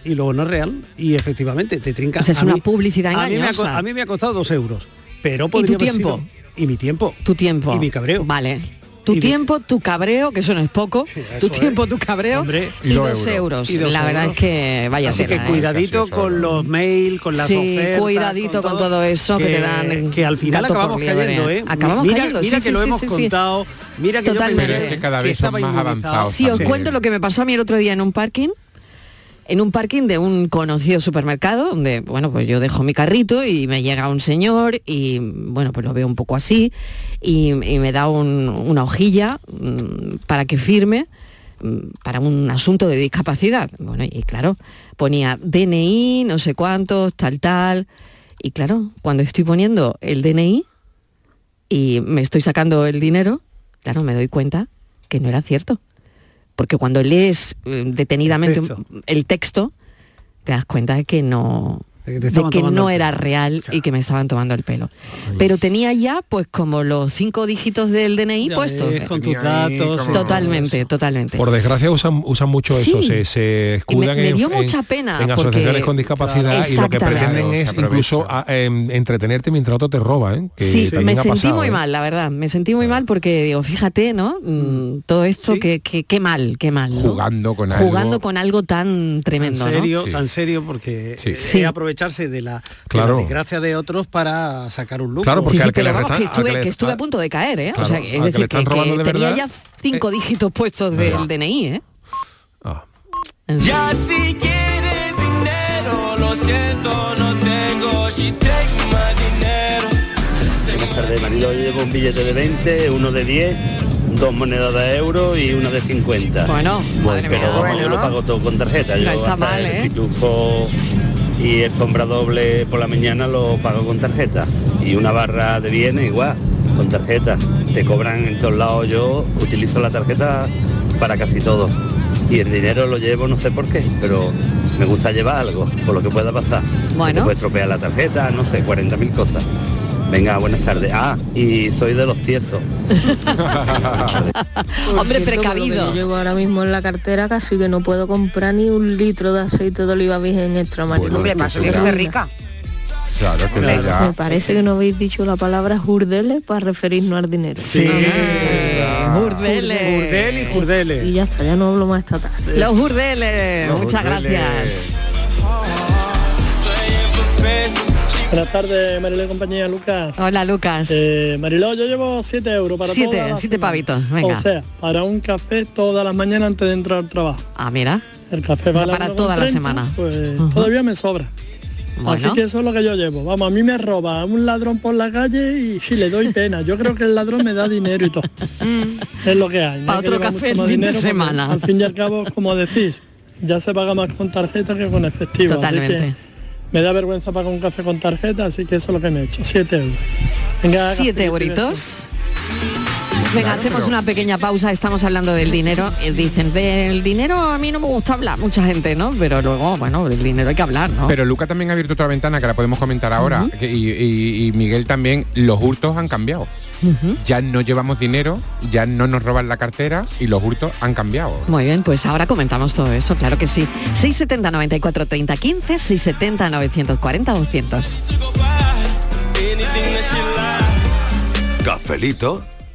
[SPEAKER 5] Y luego no es real. Y efectivamente te trinca.
[SPEAKER 2] Pues es
[SPEAKER 5] A
[SPEAKER 2] una
[SPEAKER 5] mí-
[SPEAKER 2] publicidad
[SPEAKER 5] a mí, me ha, co-
[SPEAKER 2] engañosa.
[SPEAKER 5] a mí me ha costado dos euros. Pero
[SPEAKER 2] ¿Y
[SPEAKER 5] podría
[SPEAKER 2] tu
[SPEAKER 5] haber sido-
[SPEAKER 2] tiempo?
[SPEAKER 5] y mi tiempo.
[SPEAKER 2] Tu tiempo.
[SPEAKER 5] Y mi cabreo.
[SPEAKER 2] Vale. Tu tiempo, tu cabreo, que eso no es poco, tu
[SPEAKER 5] eso
[SPEAKER 2] tiempo, tu cabreo
[SPEAKER 5] Hombre,
[SPEAKER 2] y, dos euros.
[SPEAKER 5] Y dos
[SPEAKER 2] la verdad
[SPEAKER 5] euros.
[SPEAKER 2] es que vaya
[SPEAKER 5] Así
[SPEAKER 2] tela,
[SPEAKER 5] que
[SPEAKER 2] ¿eh?
[SPEAKER 5] cuidadito con los mails, con las
[SPEAKER 2] Sí,
[SPEAKER 5] ofertas,
[SPEAKER 2] cuidadito con todo eso que te dan en
[SPEAKER 5] que al final
[SPEAKER 2] gato por
[SPEAKER 5] acabamos
[SPEAKER 2] liebre.
[SPEAKER 5] cayendo, ¿eh?
[SPEAKER 2] Acabamos
[SPEAKER 5] mira,
[SPEAKER 2] cayendo,
[SPEAKER 5] mira
[SPEAKER 2] sí,
[SPEAKER 5] que
[SPEAKER 2] sí,
[SPEAKER 5] lo
[SPEAKER 2] sí,
[SPEAKER 5] hemos
[SPEAKER 2] sí, sí.
[SPEAKER 5] contado, mira que
[SPEAKER 2] Totalmente.
[SPEAKER 5] yo
[SPEAKER 2] Pero
[SPEAKER 5] pensé
[SPEAKER 2] es que
[SPEAKER 4] cada vez
[SPEAKER 5] estaba
[SPEAKER 4] son más
[SPEAKER 5] inmunizado.
[SPEAKER 4] avanzados
[SPEAKER 2] Si os cuento lo que me pasó a mí el otro día en un parking, en un parking de un conocido supermercado, donde, bueno, pues yo dejo mi carrito y me llega un señor y, bueno, pues lo veo un poco así y, y me da un- una hojilla mm, para que firme mm, para un asunto de discapacidad. Bueno, y claro, ponía DNI, no sé cuántos, tal, tal. Y claro, cuando estoy poniendo el DNI y me estoy sacando el dinero, claro, me doy cuenta que no era cierto. Porque cuando lees eh, detenidamente un- el texto. te das cuenta de que no,
[SPEAKER 5] que te
[SPEAKER 2] de
[SPEAKER 5] estaban
[SPEAKER 2] que
[SPEAKER 5] tomando
[SPEAKER 2] no
[SPEAKER 5] el
[SPEAKER 2] era real y que me estaban tomando el pelo. Pero tenía ya pues como los cinco dígitos del DNI
[SPEAKER 5] Ya
[SPEAKER 2] puestos.
[SPEAKER 5] ves, con tus datos, con
[SPEAKER 2] Totalmente, totalmente.
[SPEAKER 7] Por desgracia usan, usan mucho eso,
[SPEAKER 2] Sí.
[SPEAKER 7] se, se escudan
[SPEAKER 2] Y me- me
[SPEAKER 7] en,
[SPEAKER 2] dio
[SPEAKER 7] en-
[SPEAKER 2] mucha pena,
[SPEAKER 7] en
[SPEAKER 2] porque-
[SPEAKER 7] asociaciones con discapacidad y lo que
[SPEAKER 2] Exactamente.
[SPEAKER 7] pretenden
[SPEAKER 2] Claro,
[SPEAKER 7] es
[SPEAKER 2] se
[SPEAKER 7] incluso a- em, entretenerte mientras otro te roba. ¿eh? Que
[SPEAKER 2] Sí,
[SPEAKER 7] también
[SPEAKER 2] me
[SPEAKER 7] ha
[SPEAKER 2] sentí
[SPEAKER 7] pasado,
[SPEAKER 2] muy
[SPEAKER 7] ¿eh?
[SPEAKER 2] mal, la verdad. Me sentí muy mal porque digo, fíjate, ¿no? Mm, Todo esto, qué, qué- qué mal, qué mal. ¿no?
[SPEAKER 4] Jugando con algo.
[SPEAKER 2] Jugando con algo tan
[SPEAKER 5] tan
[SPEAKER 2] tremendo, ¿no?
[SPEAKER 5] serio, tan serio porque
[SPEAKER 4] Sí.
[SPEAKER 5] eh,
[SPEAKER 4] Sí.
[SPEAKER 5] aprovecharse de la,
[SPEAKER 7] Claro.
[SPEAKER 5] de la desgracia de otros para sacar un lucro.
[SPEAKER 7] Claro, porque
[SPEAKER 2] Sí, sí,
[SPEAKER 7] al que
[SPEAKER 2] pero
[SPEAKER 7] le
[SPEAKER 2] vamos,
[SPEAKER 7] restan-
[SPEAKER 2] que
[SPEAKER 7] al que
[SPEAKER 2] estuve,
[SPEAKER 7] le-
[SPEAKER 2] que estuve a punto de caer, ¿eh?
[SPEAKER 7] claro,
[SPEAKER 2] o sea,
[SPEAKER 7] al
[SPEAKER 2] es
[SPEAKER 7] que le
[SPEAKER 2] decir, que,
[SPEAKER 7] están robando
[SPEAKER 2] que
[SPEAKER 7] de
[SPEAKER 2] tenía
[SPEAKER 7] verdad, eh,
[SPEAKER 2] ya cinco dígitos puestos del DNI, ¿eh?
[SPEAKER 16] Ya si quieres dinero, lo siento, no tengo. She take my dinero.
[SPEAKER 17] Buenas tardes, Marilo. Yo llevo un billete de 20, uno de 10, dos monedas de euro y una de 50.
[SPEAKER 2] Bueno, madre
[SPEAKER 17] pero
[SPEAKER 2] mía.
[SPEAKER 17] vamos, yo lo pago todo con tarjeta.
[SPEAKER 2] No
[SPEAKER 17] Yo
[SPEAKER 2] está
[SPEAKER 17] hasta
[SPEAKER 2] mal,
[SPEAKER 17] el
[SPEAKER 2] ¿eh?
[SPEAKER 17] pitufo y el sombra doble por la mañana lo pago con tarjeta. Y una barra de bienes igual, con tarjeta. Te cobran en todos lados. Yo utilizo la tarjeta para casi todo. Y el dinero lo llevo no sé por qué, pero me gusta llevar algo, por lo que pueda pasar.
[SPEAKER 2] Bueno.
[SPEAKER 17] Se te puede estropear la tarjeta, no sé, 40.000 cosas. Venga, buenas tardes. Ah, y soy de los tiesos.
[SPEAKER 18] Por
[SPEAKER 2] Hombre
[SPEAKER 18] cierto, que lo que
[SPEAKER 2] precavido.
[SPEAKER 18] yo llevo ahora mismo en la cartera casi que no puedo comprar ni un litro de aceite de oliva virgen extra Marilo.
[SPEAKER 4] Bueno, Hombre, es que más eso
[SPEAKER 19] que rica.
[SPEAKER 4] Claro, que
[SPEAKER 18] Me,
[SPEAKER 4] sí, ya.
[SPEAKER 18] me parece que no habéis dicho la palabra jurdele para referirnos al dinero.
[SPEAKER 4] Sí,
[SPEAKER 5] Eh,
[SPEAKER 4] Ah.
[SPEAKER 2] jurdele.
[SPEAKER 5] Jurdel y jurdele.
[SPEAKER 18] Y ya está, ya no hablo más esta tarde.
[SPEAKER 2] Los jurdeles,
[SPEAKER 18] Los
[SPEAKER 2] muchas
[SPEAKER 18] jurdeles.
[SPEAKER 2] gracias.
[SPEAKER 20] Buenas tardes, Mariló y compañía, Lucas.
[SPEAKER 2] Hola, Lucas.
[SPEAKER 20] Eh, Mariló, yo llevo 7 euros para
[SPEAKER 2] Siete,
[SPEAKER 20] todas las
[SPEAKER 2] siete
[SPEAKER 20] semanas.
[SPEAKER 2] pavitos, venga.
[SPEAKER 20] O sea, para un café todas las mañanas antes de entrar al trabajo.
[SPEAKER 2] Ah, mira.
[SPEAKER 20] El café vale
[SPEAKER 2] para
[SPEAKER 20] uno
[SPEAKER 2] toda la
[SPEAKER 20] 30,
[SPEAKER 2] semana.
[SPEAKER 20] Pues todavía me sobra. Así
[SPEAKER 2] Bueno.
[SPEAKER 20] que eso es lo que yo llevo. Vamos, a mí me roba un ladrón por la calle y si le doy pena. Yo creo que el ladrón me da dinero y todo. es lo que hay. no
[SPEAKER 2] Pa'
[SPEAKER 20] hay que
[SPEAKER 2] otro
[SPEAKER 20] llevar mucho
[SPEAKER 2] café el
[SPEAKER 20] más
[SPEAKER 2] fin de
[SPEAKER 20] dinero porque,
[SPEAKER 2] semana.
[SPEAKER 20] Al fin y al cabo, como decís, ya se paga más con tarjeta que con efectivo. así que
[SPEAKER 2] Totalmente.
[SPEAKER 20] me da vergüenza pagar un café con tarjeta, así que eso es lo que me he hecho. 7 euros. Venga,
[SPEAKER 2] Siete
[SPEAKER 20] Gacillo,
[SPEAKER 2] euritos. Venga,
[SPEAKER 20] Claro,
[SPEAKER 2] hacemos
[SPEAKER 20] pero-
[SPEAKER 2] una pequeña pausa, estamos hablando del dinero. Eh, Dicen, del dinero a mí no me gusta hablar, mucha gente, ¿no? Pero luego, bueno, del dinero hay que hablar, ¿no?
[SPEAKER 4] Pero Luca también ha abierto otra ventana que la podemos comentar ahora. que- y, y- y Miguel también, los hurtos han cambiado. Ya no llevamos dinero, ya no nos roban la cartera y los hurtos han cambiado.
[SPEAKER 2] Muy bien, pues ahora comentamos todo eso, claro que sí. 670 94 30 15, 670 940 200.
[SPEAKER 1] Cafelito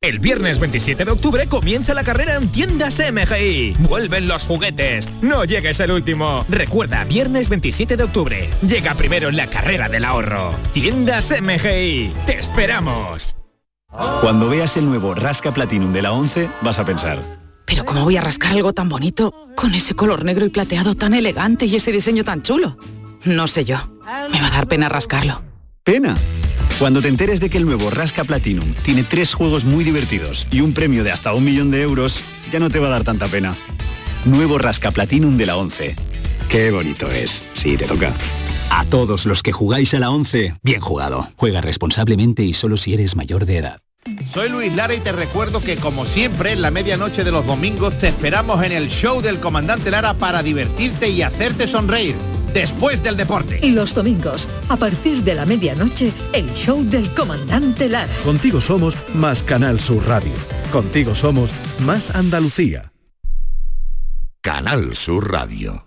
[SPEAKER 21] El viernes 27 de octubre comienza la carrera en tiendas MGI. Vuelven los juguetes. No llegues el último. Recuerda, viernes 27 de octubre. Llega primero la carrera del ahorro. Tiendas MGI. Te esperamos.
[SPEAKER 22] Cuando veas el nuevo Rasca Platinum de la 11, vas a pensar.
[SPEAKER 23] Pero ¿cómo voy a rascar algo tan bonito con ese color negro y plateado tan elegante y ese diseño tan chulo? No sé yo. Me va a dar pena rascarlo.
[SPEAKER 22] ¡Pena! Cuando te enteres de que el nuevo Rasca Platinum tiene tres juegos muy divertidos y un premio de hasta un millón de euros, ya no te va a dar tanta pena. Nuevo Rasca Platinum de la 11. Qué bonito es. Sí, te toca.
[SPEAKER 24] A todos los que jugáis a la 11, bien jugado. Juega responsablemente y solo si eres mayor de edad.
[SPEAKER 25] Soy Luis Lara y te recuerdo que como siempre en la medianoche de los domingos te esperamos en el show del comandante Lara para divertirte y hacerte sonreír después del deporte.
[SPEAKER 26] Y los domingos, a partir de la medianoche, el show del comandante Lara.
[SPEAKER 1] Contigo somos más Canal Sur Radio. Contigo somos más Andalucía.
[SPEAKER 27] Canal Sur Radio.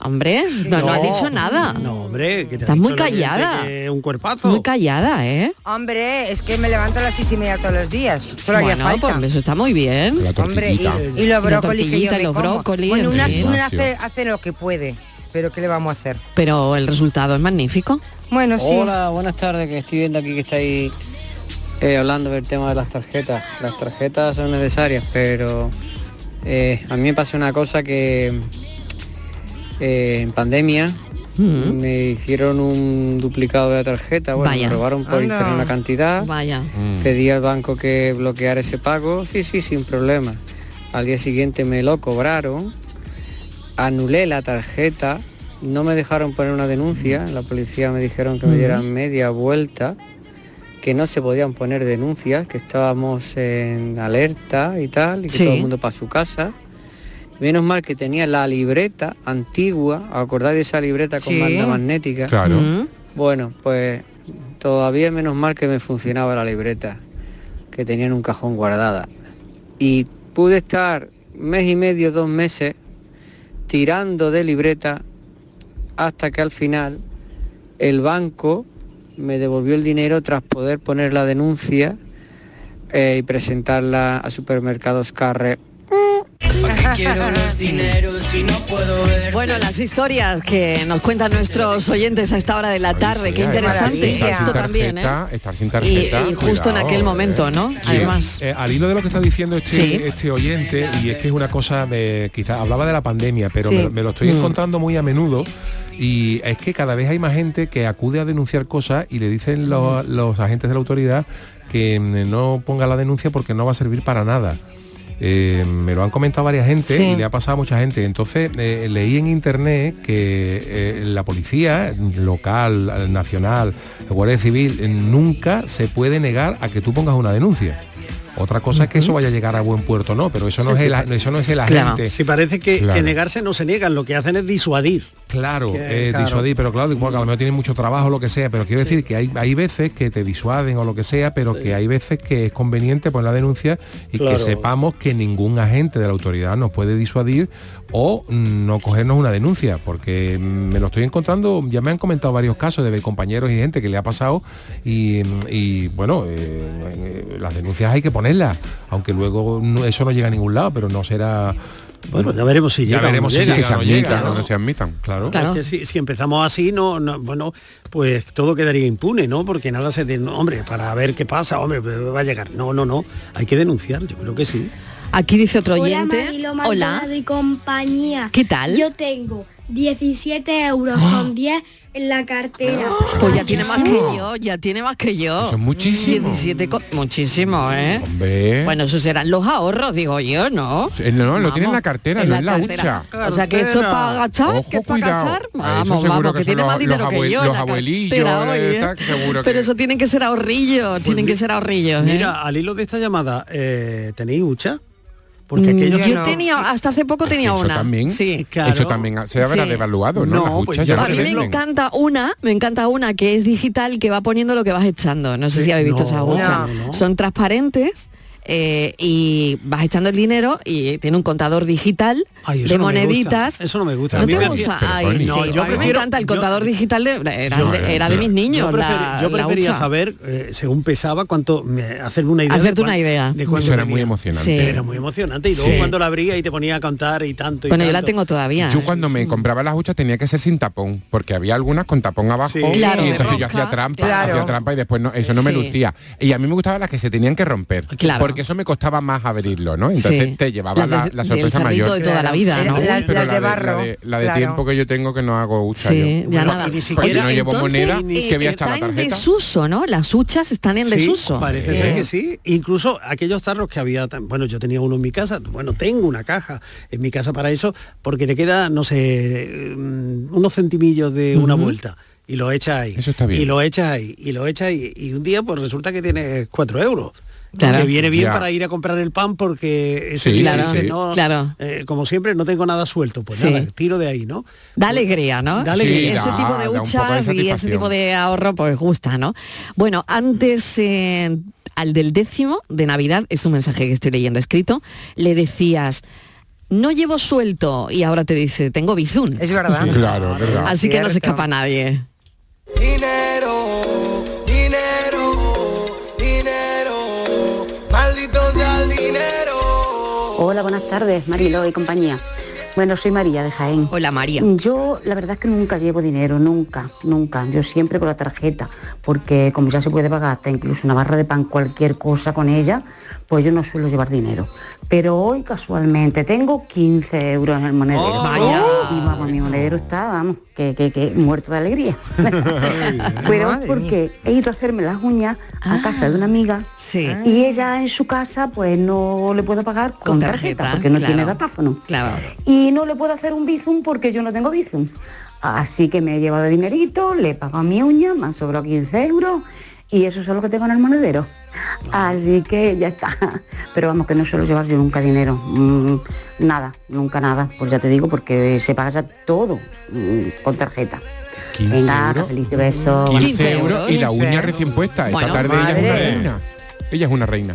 [SPEAKER 2] hombre, no, no, has dicho nada.
[SPEAKER 5] No, hombre, que te ha
[SPEAKER 2] Estás
[SPEAKER 5] dicho
[SPEAKER 2] muy
[SPEAKER 5] la oyente
[SPEAKER 2] callada.
[SPEAKER 5] que es Un cuerpazo.
[SPEAKER 2] Muy callada, ¿eh?
[SPEAKER 3] Hombre, es que me levanto a las seis y media todos los días. Solo haría
[SPEAKER 2] bueno,
[SPEAKER 3] falta.
[SPEAKER 2] pues eso está muy bien.
[SPEAKER 3] Hombre, y, y
[SPEAKER 2] La
[SPEAKER 3] los brócolis que yo
[SPEAKER 2] tortillita,
[SPEAKER 3] me
[SPEAKER 2] los
[SPEAKER 3] como.
[SPEAKER 2] brócolis,
[SPEAKER 3] Bueno,
[SPEAKER 2] en
[SPEAKER 3] una,
[SPEAKER 2] fin.
[SPEAKER 3] una hace, hace lo que puede, pero ¿qué le vamos a hacer?
[SPEAKER 2] Pero el resultado es magnífico.
[SPEAKER 3] Bueno, sí.
[SPEAKER 6] Hola, buenas tardes, que estoy viendo aquí que estáis eh, hablando del tema de las tarjetas. Las tarjetas son necesarias, pero eh, a mí me pasó una cosa que eh, en pandemia me hicieron un duplicado de la tarjeta, bueno,
[SPEAKER 2] Vaya.
[SPEAKER 6] me robaron por
[SPEAKER 2] Anda.
[SPEAKER 6] internet una cantidad,
[SPEAKER 2] Vaya.
[SPEAKER 6] pedí al banco que bloqueara ese pago, sí, sí, sin problema. Al día siguiente me lo cobraron, anulé la tarjeta, no me dejaron poner una denuncia, la policía me dijeron que me
[SPEAKER 28] Ujú.
[SPEAKER 6] dieran media vuelta, que no se podían poner denuncias, que estábamos en alerta y tal, y que
[SPEAKER 28] Sí.
[SPEAKER 6] todo el mundo para su casa. Menos mal que tenía la libreta antigua, acordar de esa libreta con
[SPEAKER 28] Sí.
[SPEAKER 6] banda magnética.
[SPEAKER 28] Claro. Mm.
[SPEAKER 6] Bueno, pues todavía menos mal que me funcionaba la libreta, que tenía en un cajón guardada. Y pude estar mes y medio, dos meses, tirando de libreta hasta que al final el banco me devolvió el dinero tras poder poner la denuncia eh, y presentarla a supermercados Carre.
[SPEAKER 29] quiero los dineros si no puedo ver?
[SPEAKER 2] Bueno, las historias que nos cuentan nuestros oyentes a esta hora de la tarde, qué
[SPEAKER 4] Sí,
[SPEAKER 2] interesante
[SPEAKER 4] estar sin
[SPEAKER 2] esto también, ¿eh?
[SPEAKER 4] tarjeta, Estar sin tarjeta.
[SPEAKER 2] Y- y justo en aquel momento, ¿no? Sí. Además.
[SPEAKER 7] Eh, al hilo de lo que está diciendo este,
[SPEAKER 2] Sí.
[SPEAKER 7] este oyente, y es que es una cosa de, quizás hablaba de la pandemia, pero
[SPEAKER 30] Sí.
[SPEAKER 7] me, me lo estoy
[SPEAKER 30] Mm.
[SPEAKER 7] encontrando muy a menudo. Y es que cada vez hay más gente que acude a denunciar cosas y le dicen los,
[SPEAKER 2] Mm.
[SPEAKER 7] los agentes de la autoridad que mm, no ponga la denuncia porque no va a servir para nada. Eh, me lo han comentado varias gente
[SPEAKER 31] Sí.
[SPEAKER 7] y le ha pasado a mucha gente. Entonces eh, leí en internet que eh, la policía local, eh, nacional, la Guardia Civil, eh, nunca se puede negar a que tú pongas una denuncia. Otra cosa es que eso vaya a llegar a buen puerto, no, pero eso no,
[SPEAKER 5] Sí,
[SPEAKER 7] es,
[SPEAKER 5] sí.
[SPEAKER 7] el, a- eso no es el
[SPEAKER 5] Claro.
[SPEAKER 7] agente.
[SPEAKER 5] Si parece que, que
[SPEAKER 7] Claro.
[SPEAKER 5] negarse no se niegan, lo que hacen es disuadir.
[SPEAKER 7] Claro,
[SPEAKER 5] Que,
[SPEAKER 7] eh,
[SPEAKER 5] claro.
[SPEAKER 7] disuadir, pero claro, igual que a lo mejor tienen mucho trabajo o lo que sea, pero quiero decir que hay, hay veces que te disuaden o lo que sea, pero que hay veces que es conveniente poner la denuncia y
[SPEAKER 5] Claro.
[SPEAKER 7] que sepamos que ningún agente de la autoridad nos puede disuadir o mm, no cogernos una denuncia, porque mm, me lo estoy encontrando, ya me han comentado varios casos de compañeros y gente que le ha pasado y, mm, y, bueno, eh, eh, las denuncias hay que ponerlas, aunque luego no- eso no llega a ningún lado, pero no será...
[SPEAKER 5] Bueno, ya veremos si llega o
[SPEAKER 7] Ya
[SPEAKER 5] no
[SPEAKER 7] veremos si
[SPEAKER 5] llega.
[SPEAKER 7] llega,
[SPEAKER 5] Que se
[SPEAKER 7] o no llega,
[SPEAKER 5] admitan o no
[SPEAKER 7] se admitan. Claro.
[SPEAKER 5] Es que si, si empezamos así, no, no, bueno, pues todo quedaría impune, ¿no? Porque nada se de, no, hombre, para ver qué pasa, hombre, pues, va a llegar. No, no, no. Hay que denunciar, yo creo que sí.
[SPEAKER 2] Aquí dice otro
[SPEAKER 14] Hola,
[SPEAKER 2] oyente.
[SPEAKER 14] Mariló
[SPEAKER 2] Hola.
[SPEAKER 14] Maldonado y compañía.
[SPEAKER 2] ¿Qué tal? Ah.
[SPEAKER 14] Yo tengo 17 euros con 10 en la cartera.
[SPEAKER 2] Pues ya tiene más que yo, ya tiene más que yo.
[SPEAKER 7] Eso es muchísimo.
[SPEAKER 2] 17 co- muchísimo, ¿eh?
[SPEAKER 7] Hombre.
[SPEAKER 2] Bueno, esos serán los ahorros, digo yo, ¿no?
[SPEAKER 7] Eh, no, lo tiene en la cartera, no en la
[SPEAKER 2] cartera.
[SPEAKER 7] hucha.
[SPEAKER 2] O sea que esto es para gastar, que es para gastar. Vamos,
[SPEAKER 7] seguro
[SPEAKER 2] vamos,
[SPEAKER 7] que
[SPEAKER 2] que, tiene
[SPEAKER 7] son
[SPEAKER 2] más
[SPEAKER 7] los-
[SPEAKER 2] dinero
[SPEAKER 7] los
[SPEAKER 2] que
[SPEAKER 7] abue-
[SPEAKER 2] yo.
[SPEAKER 7] los
[SPEAKER 2] la cartera
[SPEAKER 7] abuelillos,
[SPEAKER 2] hoy,
[SPEAKER 7] eh,
[SPEAKER 2] ¿eh?
[SPEAKER 7] tal, que Pues seguro
[SPEAKER 2] Pero eso tienen que ser ahorrillos, tienen que ser ahorrillos. ¿eh?
[SPEAKER 5] Mira, al hilo de esta llamada, eh, ¿tenéis hucha? Porque
[SPEAKER 2] Mm,
[SPEAKER 5] aquello
[SPEAKER 2] yo tenía, hasta hace poco tenía
[SPEAKER 5] eso
[SPEAKER 2] una.
[SPEAKER 5] también-
[SPEAKER 2] sí.
[SPEAKER 5] Claro.
[SPEAKER 4] Eso también se habrá
[SPEAKER 5] Sí.
[SPEAKER 4] devaluado, ¿no?
[SPEAKER 5] No,
[SPEAKER 4] Las
[SPEAKER 5] pues
[SPEAKER 4] huchas
[SPEAKER 5] yo
[SPEAKER 4] ya no
[SPEAKER 5] por
[SPEAKER 4] se
[SPEAKER 5] ejemplo-
[SPEAKER 2] Me
[SPEAKER 4] venden.
[SPEAKER 2] encanta una, me encanta una que es digital que va poniendo lo que vas echando. No sé
[SPEAKER 4] Sí,
[SPEAKER 2] si habéis visto
[SPEAKER 4] no,
[SPEAKER 2] esas huchas.
[SPEAKER 4] no, no.
[SPEAKER 2] Son transparentes. eh, y vas echando el dinero y tiene un contador digital
[SPEAKER 5] Ay, eso
[SPEAKER 2] de
[SPEAKER 5] no me gusta.
[SPEAKER 2] moneditas.
[SPEAKER 5] Eso no me gusta.
[SPEAKER 2] ¿No
[SPEAKER 5] A mí
[SPEAKER 2] te
[SPEAKER 5] me-
[SPEAKER 2] gusta?
[SPEAKER 5] Pero,
[SPEAKER 2] Ay,
[SPEAKER 5] Connie.
[SPEAKER 2] sí,
[SPEAKER 5] No, yo
[SPEAKER 2] a mí me
[SPEAKER 5] prefiero-
[SPEAKER 2] encanta el
[SPEAKER 5] yo-
[SPEAKER 2] contador digital de, era,
[SPEAKER 5] Yo-
[SPEAKER 2] de, era de mis niños.
[SPEAKER 5] Yo, prefer-
[SPEAKER 2] la-
[SPEAKER 5] yo
[SPEAKER 2] la
[SPEAKER 5] prefería
[SPEAKER 2] hucha.
[SPEAKER 5] saber, eh, según pesaba, cuánto me, hacerme una idea. de
[SPEAKER 2] Hacerte una
[SPEAKER 5] cuán-
[SPEAKER 2] idea.
[SPEAKER 5] De cuánto
[SPEAKER 2] Eso era
[SPEAKER 5] tenía.
[SPEAKER 4] muy emocionante.
[SPEAKER 5] Era muy emocionante. Y luego
[SPEAKER 4] Sí.
[SPEAKER 5] cuando la abría y te ponía a contar y tanto. Y tanto.
[SPEAKER 2] todavía.
[SPEAKER 4] Yo cuando me compraba las huchas tenía que ser sin tapón, porque había algunas con tapón abajo
[SPEAKER 5] Sí. Claro,
[SPEAKER 4] y
[SPEAKER 5] de
[SPEAKER 4] entonces yo
[SPEAKER 5] rosca,
[SPEAKER 4] hacía trampa,
[SPEAKER 5] claro.
[SPEAKER 4] hacía trampa y después no, eso no me
[SPEAKER 5] Sí.
[SPEAKER 4] lucía. Y a mí me gustaban las que se tenían que romper,
[SPEAKER 2] Claro.
[SPEAKER 4] porque porque eso me costaba más abrirlo, ¿no? Entonces
[SPEAKER 2] Sí.
[SPEAKER 4] te llevaba
[SPEAKER 2] Las
[SPEAKER 4] la,
[SPEAKER 2] de-
[SPEAKER 4] la
[SPEAKER 2] del
[SPEAKER 4] sorpresa
[SPEAKER 2] sarrito
[SPEAKER 4] mayor.
[SPEAKER 2] de toda la vida, ¿no?
[SPEAKER 4] Uy,
[SPEAKER 2] Las-
[SPEAKER 4] pero
[SPEAKER 2] las
[SPEAKER 4] la
[SPEAKER 2] de
[SPEAKER 4] La
[SPEAKER 2] barro,
[SPEAKER 4] de, la de
[SPEAKER 2] claro.
[SPEAKER 4] tiempo que yo tengo que no hago hucha
[SPEAKER 2] Sí,
[SPEAKER 4] yo.
[SPEAKER 2] ya
[SPEAKER 4] Bueno,
[SPEAKER 2] nada.
[SPEAKER 4] porque yo no llevo
[SPEAKER 2] Entonces,
[SPEAKER 4] moneda,
[SPEAKER 2] eh,
[SPEAKER 4] que voy hasta la
[SPEAKER 2] está en
[SPEAKER 4] tarjeta.
[SPEAKER 2] desuso, ¿no? Las huchas están en
[SPEAKER 5] Sí,
[SPEAKER 2] desuso. Eh,
[SPEAKER 5] Parece
[SPEAKER 2] Sí.
[SPEAKER 5] ser que sí. Incluso aquellos tarros que había, tan- bueno, yo tenía uno en mi casa, bueno, tengo una caja en mi casa para eso, porque te queda, no sé, eh, mm, unos centimillos de una vuelta. Y lo echas ahí. Eso está
[SPEAKER 4] bien.
[SPEAKER 5] Y lo echas ahí. Y lo echas ahí. Y un día, pues resulta que tienes cuatro euros.
[SPEAKER 2] Claro.
[SPEAKER 5] Que viene bien
[SPEAKER 2] Ya.
[SPEAKER 5] para ir a comprar el pan porque ese
[SPEAKER 2] Sí,
[SPEAKER 5] día
[SPEAKER 2] sí,
[SPEAKER 5] dices,
[SPEAKER 2] sí.
[SPEAKER 5] no,
[SPEAKER 2] Claro.
[SPEAKER 5] eh, como siempre no tengo nada suelto, pues
[SPEAKER 2] Sí.
[SPEAKER 5] nada, tiro de ahí, ¿no?
[SPEAKER 2] Da alegría, ¿no?
[SPEAKER 5] Da alegría.
[SPEAKER 2] ese
[SPEAKER 5] Sí, da-
[SPEAKER 2] tipo de
[SPEAKER 5] da un poco de
[SPEAKER 2] huchas y ese
[SPEAKER 5] satisfacción.
[SPEAKER 2] tipo de ahorro pues gusta, ¿no? Bueno, antes eh, al del décimo de Navidad, es un mensaje que estoy leyendo escrito, le decías, no llevo suelto y ahora te dice, tengo bizun. Es
[SPEAKER 8] verdad.
[SPEAKER 4] Sí, claro, es verdad.
[SPEAKER 2] Así que no se
[SPEAKER 8] Cierto.
[SPEAKER 2] escapa nadie.
[SPEAKER 14] Dinero, dinero, dinero, maldito sea el dinero.
[SPEAKER 32] Hola, buenas tardes, Mariló y compañía. Bueno, soy María de Jaén.
[SPEAKER 2] Hola, María.
[SPEAKER 33] Mm.
[SPEAKER 32] Yo la verdad es que nunca llevo dinero, nunca, nunca. Yo siempre con la tarjeta, porque como ya se puede pagar hasta incluso una barra de pan, cualquier cosa con ella, pues yo no suelo llevar dinero. Pero hoy casualmente tengo 15 euros en el monedero.
[SPEAKER 2] ¡Oh! Vaya.
[SPEAKER 32] Y vamos, mi monedero está, vamos, que, que, que muerto de alegría. Pero es
[SPEAKER 34] Madre
[SPEAKER 32] porque he ido a hacerme las uñas a casa de una amiga y ella en su casa pues no le puedo pagar con, tarjeta, porque no tiene
[SPEAKER 2] claro.
[SPEAKER 32] datáfono.
[SPEAKER 2] Claro.
[SPEAKER 32] Y no le puedo hacer un bizum porque yo no tengo bizum. Así que me he llevado dinerito, le he pagado mi uña, me han sobrado 15 euros y eso es lo que tengo en el monedero. Así que ya está. Pero vamos, que no suelo llevar yo nunca dinero. Mm, nada, nunca nada. Pues ya te digo, porque se paga ya todo mm, con tarjeta.
[SPEAKER 4] 15
[SPEAKER 32] Venga,
[SPEAKER 4] euros.
[SPEAKER 32] feliz beso.
[SPEAKER 4] 15 euros y la uña recién puesta.
[SPEAKER 32] Bueno,
[SPEAKER 4] Esta tarde ella
[SPEAKER 32] madre.
[SPEAKER 4] es una reina. Ella es una reina.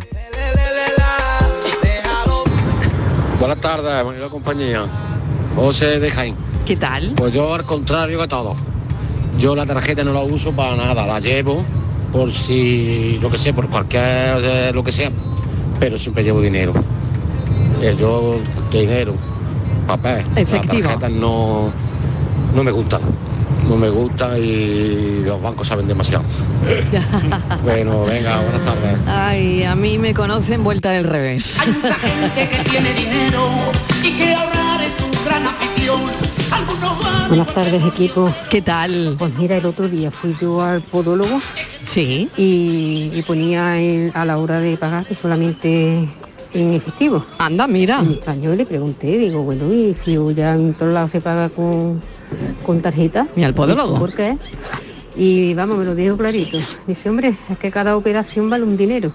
[SPEAKER 35] Buenas tardes, Manuel compañía. José de Jaén.
[SPEAKER 2] ¿Qué tal?
[SPEAKER 35] Pues yo al contrario que todo. Yo la tarjeta no la uso para nada, la llevo por si, lo que sé, por cualquier, eh, lo que sea, pero siempre llevo dinero. Eh, yo dinero, papel, la
[SPEAKER 2] Efectivo.
[SPEAKER 35] tarjeta no, no me gusta. No me gusta y los bancos saben demasiado. bueno, venga, buenas tardes.
[SPEAKER 2] Ay, a mí me conocen vuelta del revés.
[SPEAKER 34] gente que tiene dinero y que ahorrar es su gran afición. Algunos van
[SPEAKER 3] Buenas tardes equipo.
[SPEAKER 2] ¿Qué tal?
[SPEAKER 3] Pues mira, el otro día fui yo al podólogo.
[SPEAKER 2] Sí.
[SPEAKER 3] Y, y ponía el- a la hora de pagar que solamente en efectivo.
[SPEAKER 2] Anda, mira.
[SPEAKER 3] Y me extrañó y le pregunté, digo, bueno, y si ya en todos lados se paga con, con tarjeta.
[SPEAKER 2] Ni al podólogo.
[SPEAKER 3] Dice, ¿Por qué? Y vamos, me lo dijo clarito. Dice, hombre, es que cada operación vale un dinero.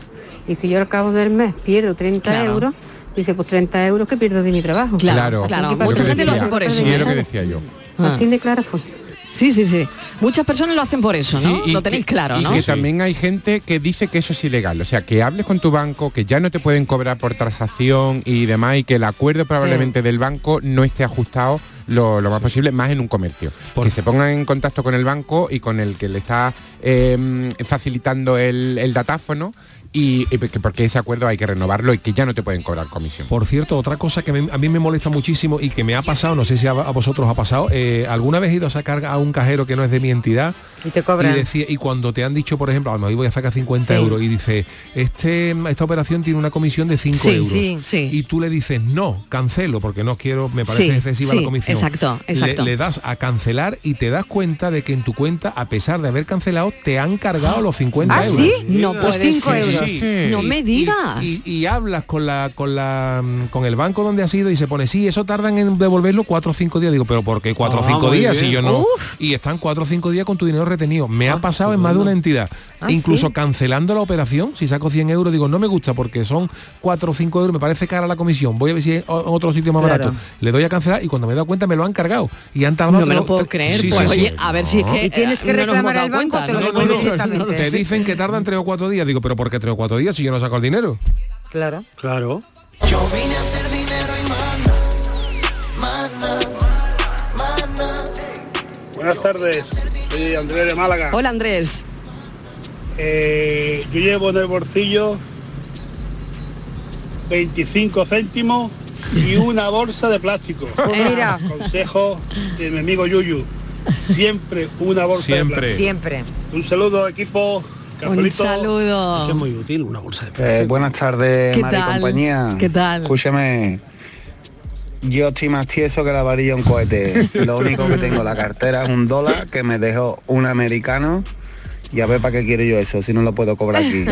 [SPEAKER 3] Y si yo al cabo del mes pierdo 30
[SPEAKER 2] Claro.
[SPEAKER 3] euros, dice, pues 30 euros que pierdo de mi trabajo.
[SPEAKER 4] Claro,
[SPEAKER 3] Así que para
[SPEAKER 4] Mucha
[SPEAKER 3] que
[SPEAKER 4] gente
[SPEAKER 3] yo sepa
[SPEAKER 4] Sí, es lo que
[SPEAKER 3] ganar.
[SPEAKER 4] decía yo.
[SPEAKER 3] Así de claro fue.
[SPEAKER 2] Ah. Sí, sí, sí. Muchas personas lo hacen por eso, ¿no?
[SPEAKER 4] Sí, y
[SPEAKER 2] lo tenéis
[SPEAKER 4] que-
[SPEAKER 2] claro,
[SPEAKER 4] y
[SPEAKER 2] ¿no?
[SPEAKER 4] que también hay gente que dice que eso es ilegal. O sea, que hables con tu banco, que ya no te pueden cobrar por transacción y demás, y que el acuerdo probablemente del banco no esté ajustado lo, lo más posible, más en un comercio. Que se pongan en contacto con el banco y con el que le está eh, facilitando el, el datáfono. Y, y que- porque ese acuerdo hay que renovarlo y que ya no te pueden cobrar comisión.
[SPEAKER 7] Por cierto, otra cosa que me- a mí me molesta muchísimo y que me ha pasado, no sé si a, a vosotros ha pasado, eh, ¿alguna vez he ido a sacar a un cajero que no es de mi entidad?
[SPEAKER 8] Y te cobran.
[SPEAKER 7] Y, decía- y cuando te han dicho, por ejemplo, a lo mejor voy a sacar 50
[SPEAKER 8] Sí.
[SPEAKER 7] euros y dice, este, esta operación tiene una comisión de 5
[SPEAKER 2] Sí,
[SPEAKER 7] euros.
[SPEAKER 2] sí, sí.
[SPEAKER 7] Y tú le dices, no, cancelo, porque no quiero, me parece
[SPEAKER 2] Sí,
[SPEAKER 7] excesiva
[SPEAKER 2] sí,
[SPEAKER 7] la comisión.
[SPEAKER 2] exacto,
[SPEAKER 7] Le-
[SPEAKER 2] exacto.
[SPEAKER 7] Le, das a cancelar y te das cuenta de que en tu cuenta, a pesar de haber cancelado, te han cargado los 50
[SPEAKER 2] ¿Ah,
[SPEAKER 7] euros.
[SPEAKER 2] sí? No
[SPEAKER 7] Sí,
[SPEAKER 2] puede
[SPEAKER 7] sí,
[SPEAKER 2] ser.
[SPEAKER 7] sí.
[SPEAKER 2] No me
[SPEAKER 7] Y- y-
[SPEAKER 2] digas.
[SPEAKER 7] y- y hablas con la con la mm, con el banco donde has ido y se pone sí eso tardan en devolverlo cuatro o cinco días digo pero por qué cuatro o
[SPEAKER 5] Ah,
[SPEAKER 7] cinco
[SPEAKER 5] muy
[SPEAKER 7] días
[SPEAKER 5] bien.
[SPEAKER 7] si yo no
[SPEAKER 5] Uf.
[SPEAKER 7] y están cuatro o cinco días con tu dinero retenido me
[SPEAKER 2] Ah,
[SPEAKER 7] ha
[SPEAKER 2] pues
[SPEAKER 7] pasado en más de una entidad
[SPEAKER 5] Ah,
[SPEAKER 7] incluso
[SPEAKER 5] ¿sí?
[SPEAKER 7] cancelando la operación si saco 100 euros digo no me gusta porque son cuatro o cinco euros me parece cara la comisión voy a ver si hay o- otro sitio más
[SPEAKER 2] Claro.
[SPEAKER 7] barato le doy a cancelar y cuando me he dado cuenta me lo han cargado y han tardado
[SPEAKER 2] No me lo
[SPEAKER 7] tre-
[SPEAKER 2] puedo
[SPEAKER 7] tre-
[SPEAKER 2] creer,
[SPEAKER 7] Sí,
[SPEAKER 2] pues,
[SPEAKER 7] sí, sí.
[SPEAKER 2] oye, a ver si es que...
[SPEAKER 8] Y tienes que
[SPEAKER 2] eh, no nos hemos
[SPEAKER 8] reclamar al
[SPEAKER 2] dado
[SPEAKER 8] banco,
[SPEAKER 2] cuenta,
[SPEAKER 8] te lo
[SPEAKER 2] ¿no?
[SPEAKER 8] devuelve
[SPEAKER 2] No, no, no,
[SPEAKER 8] directamente.
[SPEAKER 2] no lo
[SPEAKER 7] te
[SPEAKER 2] sé.
[SPEAKER 7] dicen que tardan tres o cuatro días digo pero por qué tres o cuatro días si yo no saco el dinero
[SPEAKER 8] Claro.
[SPEAKER 5] Claro.
[SPEAKER 14] Yo vine a hacer dinero y mana, mana, mana.
[SPEAKER 11] Buenas tardes, soy Andrés de Málaga.
[SPEAKER 2] Hola, Andrés.
[SPEAKER 11] Eh, yo llevo en el bolsillo 25 céntimos y una bolsa de plástico.
[SPEAKER 8] Mira.
[SPEAKER 11] Consejo de mi amigo Yuyu. Siempre una bolsa
[SPEAKER 7] Siempre.
[SPEAKER 11] de plástico.
[SPEAKER 8] Siempre.
[SPEAKER 11] Un saludo, equipo.
[SPEAKER 2] Un saludo.
[SPEAKER 5] Es que es muy útil una bolsa de
[SPEAKER 28] Eh, buenas tardes,
[SPEAKER 2] ¿Qué
[SPEAKER 28] Mari y
[SPEAKER 2] tal?
[SPEAKER 28] compañía.
[SPEAKER 2] ¿Qué tal?
[SPEAKER 28] Escúchame. Yo estoy más tieso que la varilla de un cohete. Lo único que tengo en la cartera es un dólar que me dejó un americano. Y a ver para qué quiero yo eso, si no lo puedo cobrar aquí.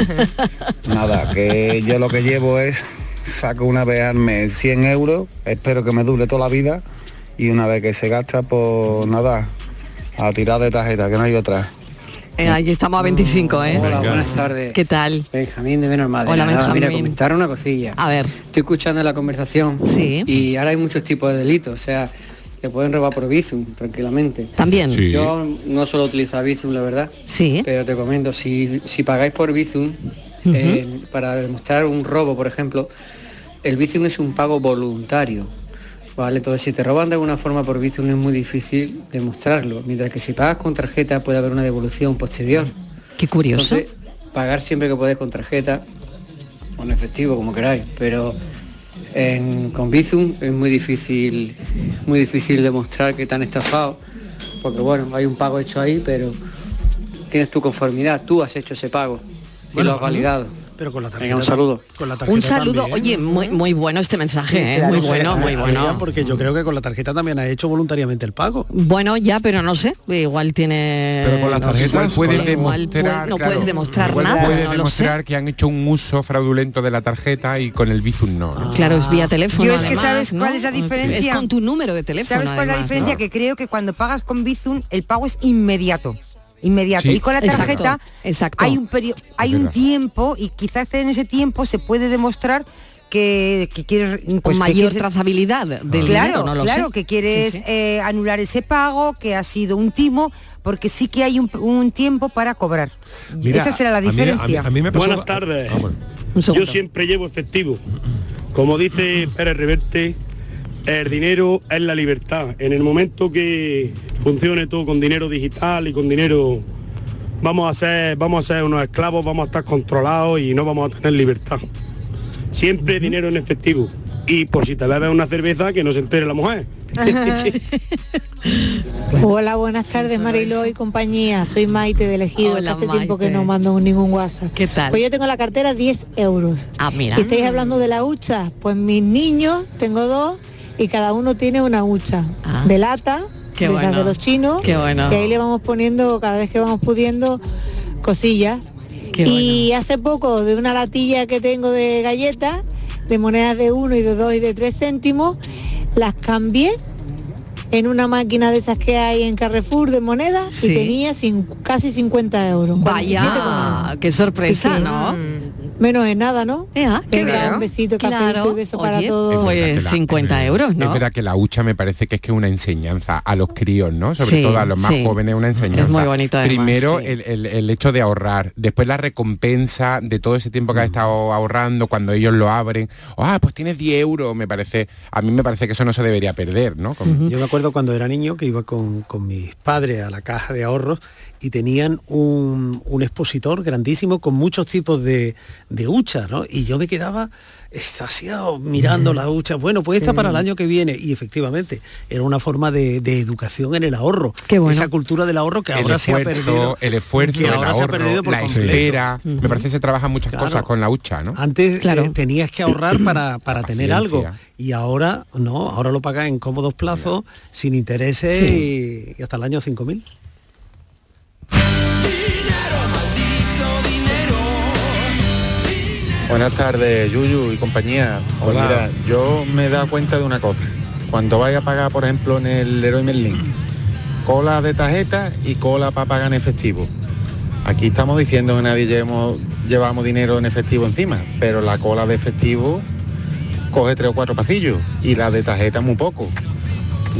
[SPEAKER 28] Nada, que yo lo que llevo es, saco una vez al mes 100 euros, espero que me dure toda la vida. Y una vez que se gasta, pues nada, a tirar de tarjeta, que no hay otra.
[SPEAKER 2] Eh, ahí estamos a 25, ¿eh?
[SPEAKER 6] Hola, buenas tardes.
[SPEAKER 2] ¿Qué tal?
[SPEAKER 6] Benjamín de Menos Madera.
[SPEAKER 2] Hola,
[SPEAKER 6] Nada, Mira,
[SPEAKER 2] Benjamín.
[SPEAKER 6] comentar una cosilla.
[SPEAKER 2] A ver.
[SPEAKER 6] Estoy escuchando la conversación.
[SPEAKER 2] Sí.
[SPEAKER 6] Y ahora hay muchos tipos de delitos, o sea, te pueden robar por Bizum tranquilamente.
[SPEAKER 2] También. Sí.
[SPEAKER 6] Yo no solo utilizo Bizum, la verdad.
[SPEAKER 2] Sí.
[SPEAKER 6] Pero te comento, si, si pagáis por Bizum,
[SPEAKER 2] Ujú.
[SPEAKER 6] eh, para demostrar un robo, por ejemplo, el Bizum es un pago voluntario. Vale, entonces si te roban de alguna forma por Bizum es muy difícil demostrarlo, mientras que si pagas con tarjeta puede haber una devolución posterior.
[SPEAKER 2] Qué curioso.
[SPEAKER 6] Entonces, pagar siempre que podés con tarjeta, o en efectivo, como queráis, pero en- con Bizum es muy difícil, muy difícil demostrar que te han estafado, porque bueno, hay un pago hecho ahí, pero tienes tu conformidad, tú has hecho ese pago y lo has validado.
[SPEAKER 5] Pero con la tarjeta.
[SPEAKER 6] Venga, un saludo.
[SPEAKER 5] Con la tarjeta
[SPEAKER 2] Un saludo,
[SPEAKER 5] también.
[SPEAKER 2] oye, muy, muy bueno este mensaje, ¿eh?
[SPEAKER 5] Claro,
[SPEAKER 2] muy
[SPEAKER 5] o sea,
[SPEAKER 2] bueno, muy bueno.
[SPEAKER 5] Porque yo creo que con la tarjeta también ha hecho voluntariamente el pago.
[SPEAKER 2] Bueno, ya, pero no sé, igual tiene...
[SPEAKER 5] Pero con las
[SPEAKER 2] no sé,
[SPEAKER 5] tarjetas
[SPEAKER 2] igual
[SPEAKER 5] puedes
[SPEAKER 2] puede-
[SPEAKER 4] demostrar,
[SPEAKER 2] no
[SPEAKER 4] claro,
[SPEAKER 2] puedes demostrar
[SPEAKER 4] igual
[SPEAKER 2] nada,
[SPEAKER 4] puedes
[SPEAKER 2] no lo sé.
[SPEAKER 4] demostrar que han hecho un uso fraudulento de la tarjeta y con el Bizum no. ¿no?
[SPEAKER 2] Claro, es vía teléfono.
[SPEAKER 3] Yo es que
[SPEAKER 2] además,
[SPEAKER 3] sabes
[SPEAKER 2] ¿no?
[SPEAKER 3] cuál es la diferencia.
[SPEAKER 2] Es con tu número de teléfono.
[SPEAKER 3] ¿Sabes cuál es la
[SPEAKER 2] además,
[SPEAKER 3] diferencia?
[SPEAKER 2] ¿no?
[SPEAKER 3] Que creo que cuando pagas con Bizum el pago es inmediato. Inmediato.
[SPEAKER 2] Sí.
[SPEAKER 3] Y con la
[SPEAKER 2] Exacto,
[SPEAKER 3] tarjeta hay un perio- hay
[SPEAKER 2] Es
[SPEAKER 3] un
[SPEAKER 2] verdad.
[SPEAKER 3] tiempo y quizás en ese tiempo se puede demostrar que, que quieres pues,
[SPEAKER 2] Con
[SPEAKER 3] que
[SPEAKER 2] mayor
[SPEAKER 3] quieres-
[SPEAKER 2] trazabilidad del
[SPEAKER 3] claro,
[SPEAKER 2] dinero, no lo sé.
[SPEAKER 3] claro, que quieres
[SPEAKER 2] Sí, sí.
[SPEAKER 3] eh, anular ese pago, que ha sido un timo, porque sí que hay un, un tiempo para cobrar. Esa será la diferencia.
[SPEAKER 11] Buenas tardes. Yo siempre llevo efectivo. Como dice Pérez Reverte, el dinero es la libertad. En el momento que funcione todo con dinero digital y con dinero, vamos a ser, vamos a ser unos esclavos, vamos a estar controlados y no vamos a tener libertad. Siempre dinero en efectivo. Y por si te bebes una cerveza, que no se entere la mujer.
[SPEAKER 36] Hola, buenas tardes Mariló y compañía. Soy Maite de Elegido.
[SPEAKER 2] Hola,
[SPEAKER 36] Hace tiempo que
[SPEAKER 2] Maite.
[SPEAKER 36] no mando ningún WhatsApp.
[SPEAKER 2] ¿Qué tal?
[SPEAKER 36] Pues yo tengo en la cartera 10 euros.
[SPEAKER 2] Ah, mira.
[SPEAKER 36] Y estáis hablando de la hucha. Pues mis niños, tengo dos, y cada uno tiene una hucha. De lata,
[SPEAKER 2] Ah. Qué
[SPEAKER 36] de esas
[SPEAKER 2] bueno.
[SPEAKER 36] de los chinos.
[SPEAKER 2] Qué bueno.
[SPEAKER 36] Y ahí le vamos poniendo, cada vez que vamos pudiendo, cosillas.
[SPEAKER 2] Qué
[SPEAKER 36] y hace poco, de una latilla que tengo de galletas, de monedas de uno y de dos y de tres céntimos, las cambié en una máquina de esas que hay en Carrefour de monedas
[SPEAKER 2] Sí.
[SPEAKER 36] y tenía cin- casi 50 euros.
[SPEAKER 2] Vaya, qué sorpresa,
[SPEAKER 36] Sí, sí.
[SPEAKER 2] ¿no?
[SPEAKER 36] Menos es nada, ¿no?
[SPEAKER 2] qué
[SPEAKER 36] Venga,
[SPEAKER 2] bien.
[SPEAKER 36] un besito,
[SPEAKER 2] Claro,
[SPEAKER 36] cafelito y beso para
[SPEAKER 2] oye,
[SPEAKER 36] todos.
[SPEAKER 2] Pues 50 euros,
[SPEAKER 4] Es
[SPEAKER 2] ¿no?
[SPEAKER 4] verdad que la hucha me parece que es que una enseñanza a los críos, ¿no? Sobre
[SPEAKER 2] Sí,
[SPEAKER 4] todo a los más
[SPEAKER 2] sí.
[SPEAKER 4] jóvenes, una enseñanza.
[SPEAKER 2] Es muy bonito, además,
[SPEAKER 4] Primero
[SPEAKER 2] sí.
[SPEAKER 4] el, el- el hecho de ahorrar, después la recompensa de todo ese tiempo que has
[SPEAKER 5] Mm.
[SPEAKER 4] estado ahorrando, cuando ellos lo abren. Ah, pues tienes 10 euros, me parece. A mí me parece que eso no se debería perder, ¿no? Con-
[SPEAKER 5] Yo me acuerdo cuando era niño que iba con, con mis padres a la caja de ahorros y tenían un, un expositor grandísimo con muchos tipos de, de huchas, ¿no? Y yo me quedaba extasiado mirando las huchas. Bueno, pues esta
[SPEAKER 37] Sí.
[SPEAKER 5] para el año que viene. Y efectivamente, era una forma de, de educación en el ahorro. Esa cultura del ahorro que
[SPEAKER 4] el
[SPEAKER 5] ahora se ha
[SPEAKER 4] esfuerzo,
[SPEAKER 5] perdido.
[SPEAKER 4] el esfuerzo,
[SPEAKER 5] que
[SPEAKER 4] el
[SPEAKER 5] ahora se ha
[SPEAKER 4] ahorro,
[SPEAKER 5] perdido por
[SPEAKER 4] la
[SPEAKER 5] completo.
[SPEAKER 4] espera. Me parece que se trabajan muchas cosas con la hucha, ¿no?
[SPEAKER 5] Antes eh, tenías que ahorrar para, para tener algo
[SPEAKER 4] paciencia.
[SPEAKER 5] y ahora no, ahora lo pagas en cómodos plazos, sin intereses y- y, hasta el año 5.000.
[SPEAKER 37] Buenas tardes, Yuyu y compañía. Pues
[SPEAKER 38] Hola.
[SPEAKER 37] mira, yo me he dado cuenta de una cosa. Cuando vaya a pagar, por ejemplo, en el Leroy Merlin, cola de tarjeta y cola para pagar en efectivo. Aquí estamos diciendo que nadie llevemos- llevamos dinero en efectivo encima, pero la cola de efectivo coge tres o cuatro pasillos y la de tarjeta muy poco.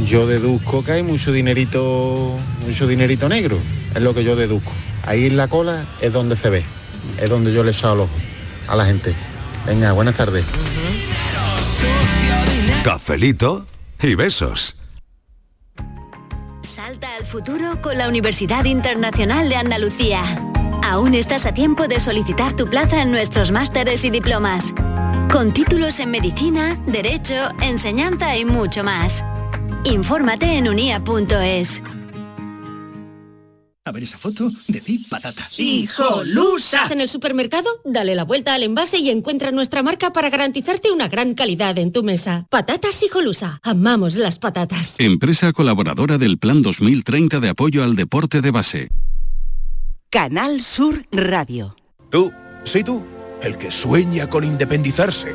[SPEAKER 37] Yo deduzco que hay mucho dinerito, mucho dinerito negro, es lo que yo deduzco. Ahí en la cola es donde se ve, es donde yo le he echado el ojo a la gente. Venga, buenas tardes.
[SPEAKER 1] Cafelito y besos.
[SPEAKER 39] Salta al futuro con la Universidad Internacional de Andalucía. Aún estás a tiempo de solicitar tu plaza en nuestros másteres y diplomas. Con títulos en medicina, derecho, enseñanza y mucho más. Infórmate en unia.es.
[SPEAKER 40] A ver esa foto, de ti, patata.
[SPEAKER 39] ¡Hijolusa! En el supermercado, dale la vuelta al envase y encuentra nuestra marca para garantizarte una gran calidad en tu mesa. Patatas Hijolusa. Amamos las patatas.
[SPEAKER 41] Empresa colaboradora del Plan 2030 de apoyo al deporte de base.
[SPEAKER 33] Canal Sur Radio.
[SPEAKER 14] Tú, sí tú, el que sueña con independizarse.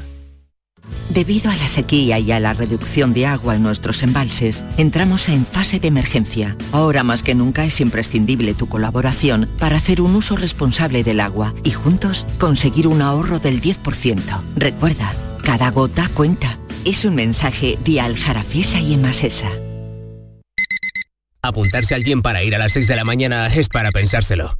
[SPEAKER 13] Debido a la sequía y a la reducción de agua en nuestros embalses, entramos en fase de emergencia. Ahora más que nunca es imprescindible tu colaboración para hacer un uso responsable del agua y juntos conseguir un ahorro del 10%. Recuerda, cada gota cuenta. Es un mensaje de Aljarafesa y Emasesa.
[SPEAKER 42] Apuntarse al gym para ir a las 6 de la mañana es para pensárselo.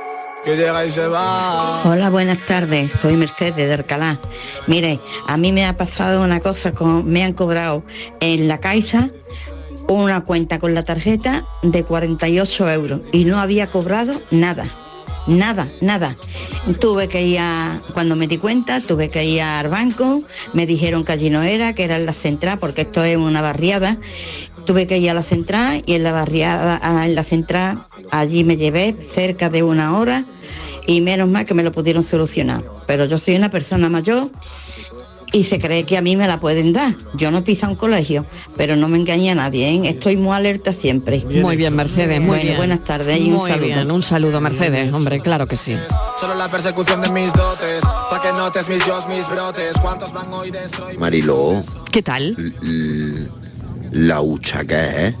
[SPEAKER 43] Que llega y se va.
[SPEAKER 44] Hola, buenas tardes. Soy Mercedes de Alcalá. Mire, a mí me ha pasado una cosa, con, me han cobrado en la Caixa una cuenta con la tarjeta de 48 euros y no había cobrado nada. Nada, nada. Tuve que ir a, cuando me di cuenta, tuve que ir al banco, me dijeron que allí no era, que era en la central, porque esto es una barriada. Tuve que ir a la central y en la barriada, a- en la central, allí me llevé cerca de una hora y menos mal que me lo pudieron solucionar. Pero yo soy una persona mayor y se cree que a mí me la pueden dar. Yo no pisa un colegio, pero no me engaña nadie, ¿eh? estoy muy alerta siempre.
[SPEAKER 2] Muy bien, Mercedes, muy
[SPEAKER 44] Bueno,
[SPEAKER 2] bien.
[SPEAKER 44] Buenas tardes y un
[SPEAKER 2] Muy
[SPEAKER 44] saludo.
[SPEAKER 2] bien, un saludo, Mercedes, hombre, claro que sí.
[SPEAKER 43] Solo la persecución de mis dotes. Pa' que notes mis yo, mis brotes. ¿Cuántos van hoy dentro?
[SPEAKER 45] Mariló,
[SPEAKER 2] ¿Qué tal?
[SPEAKER 45] l- la hucha que es. ¿eh?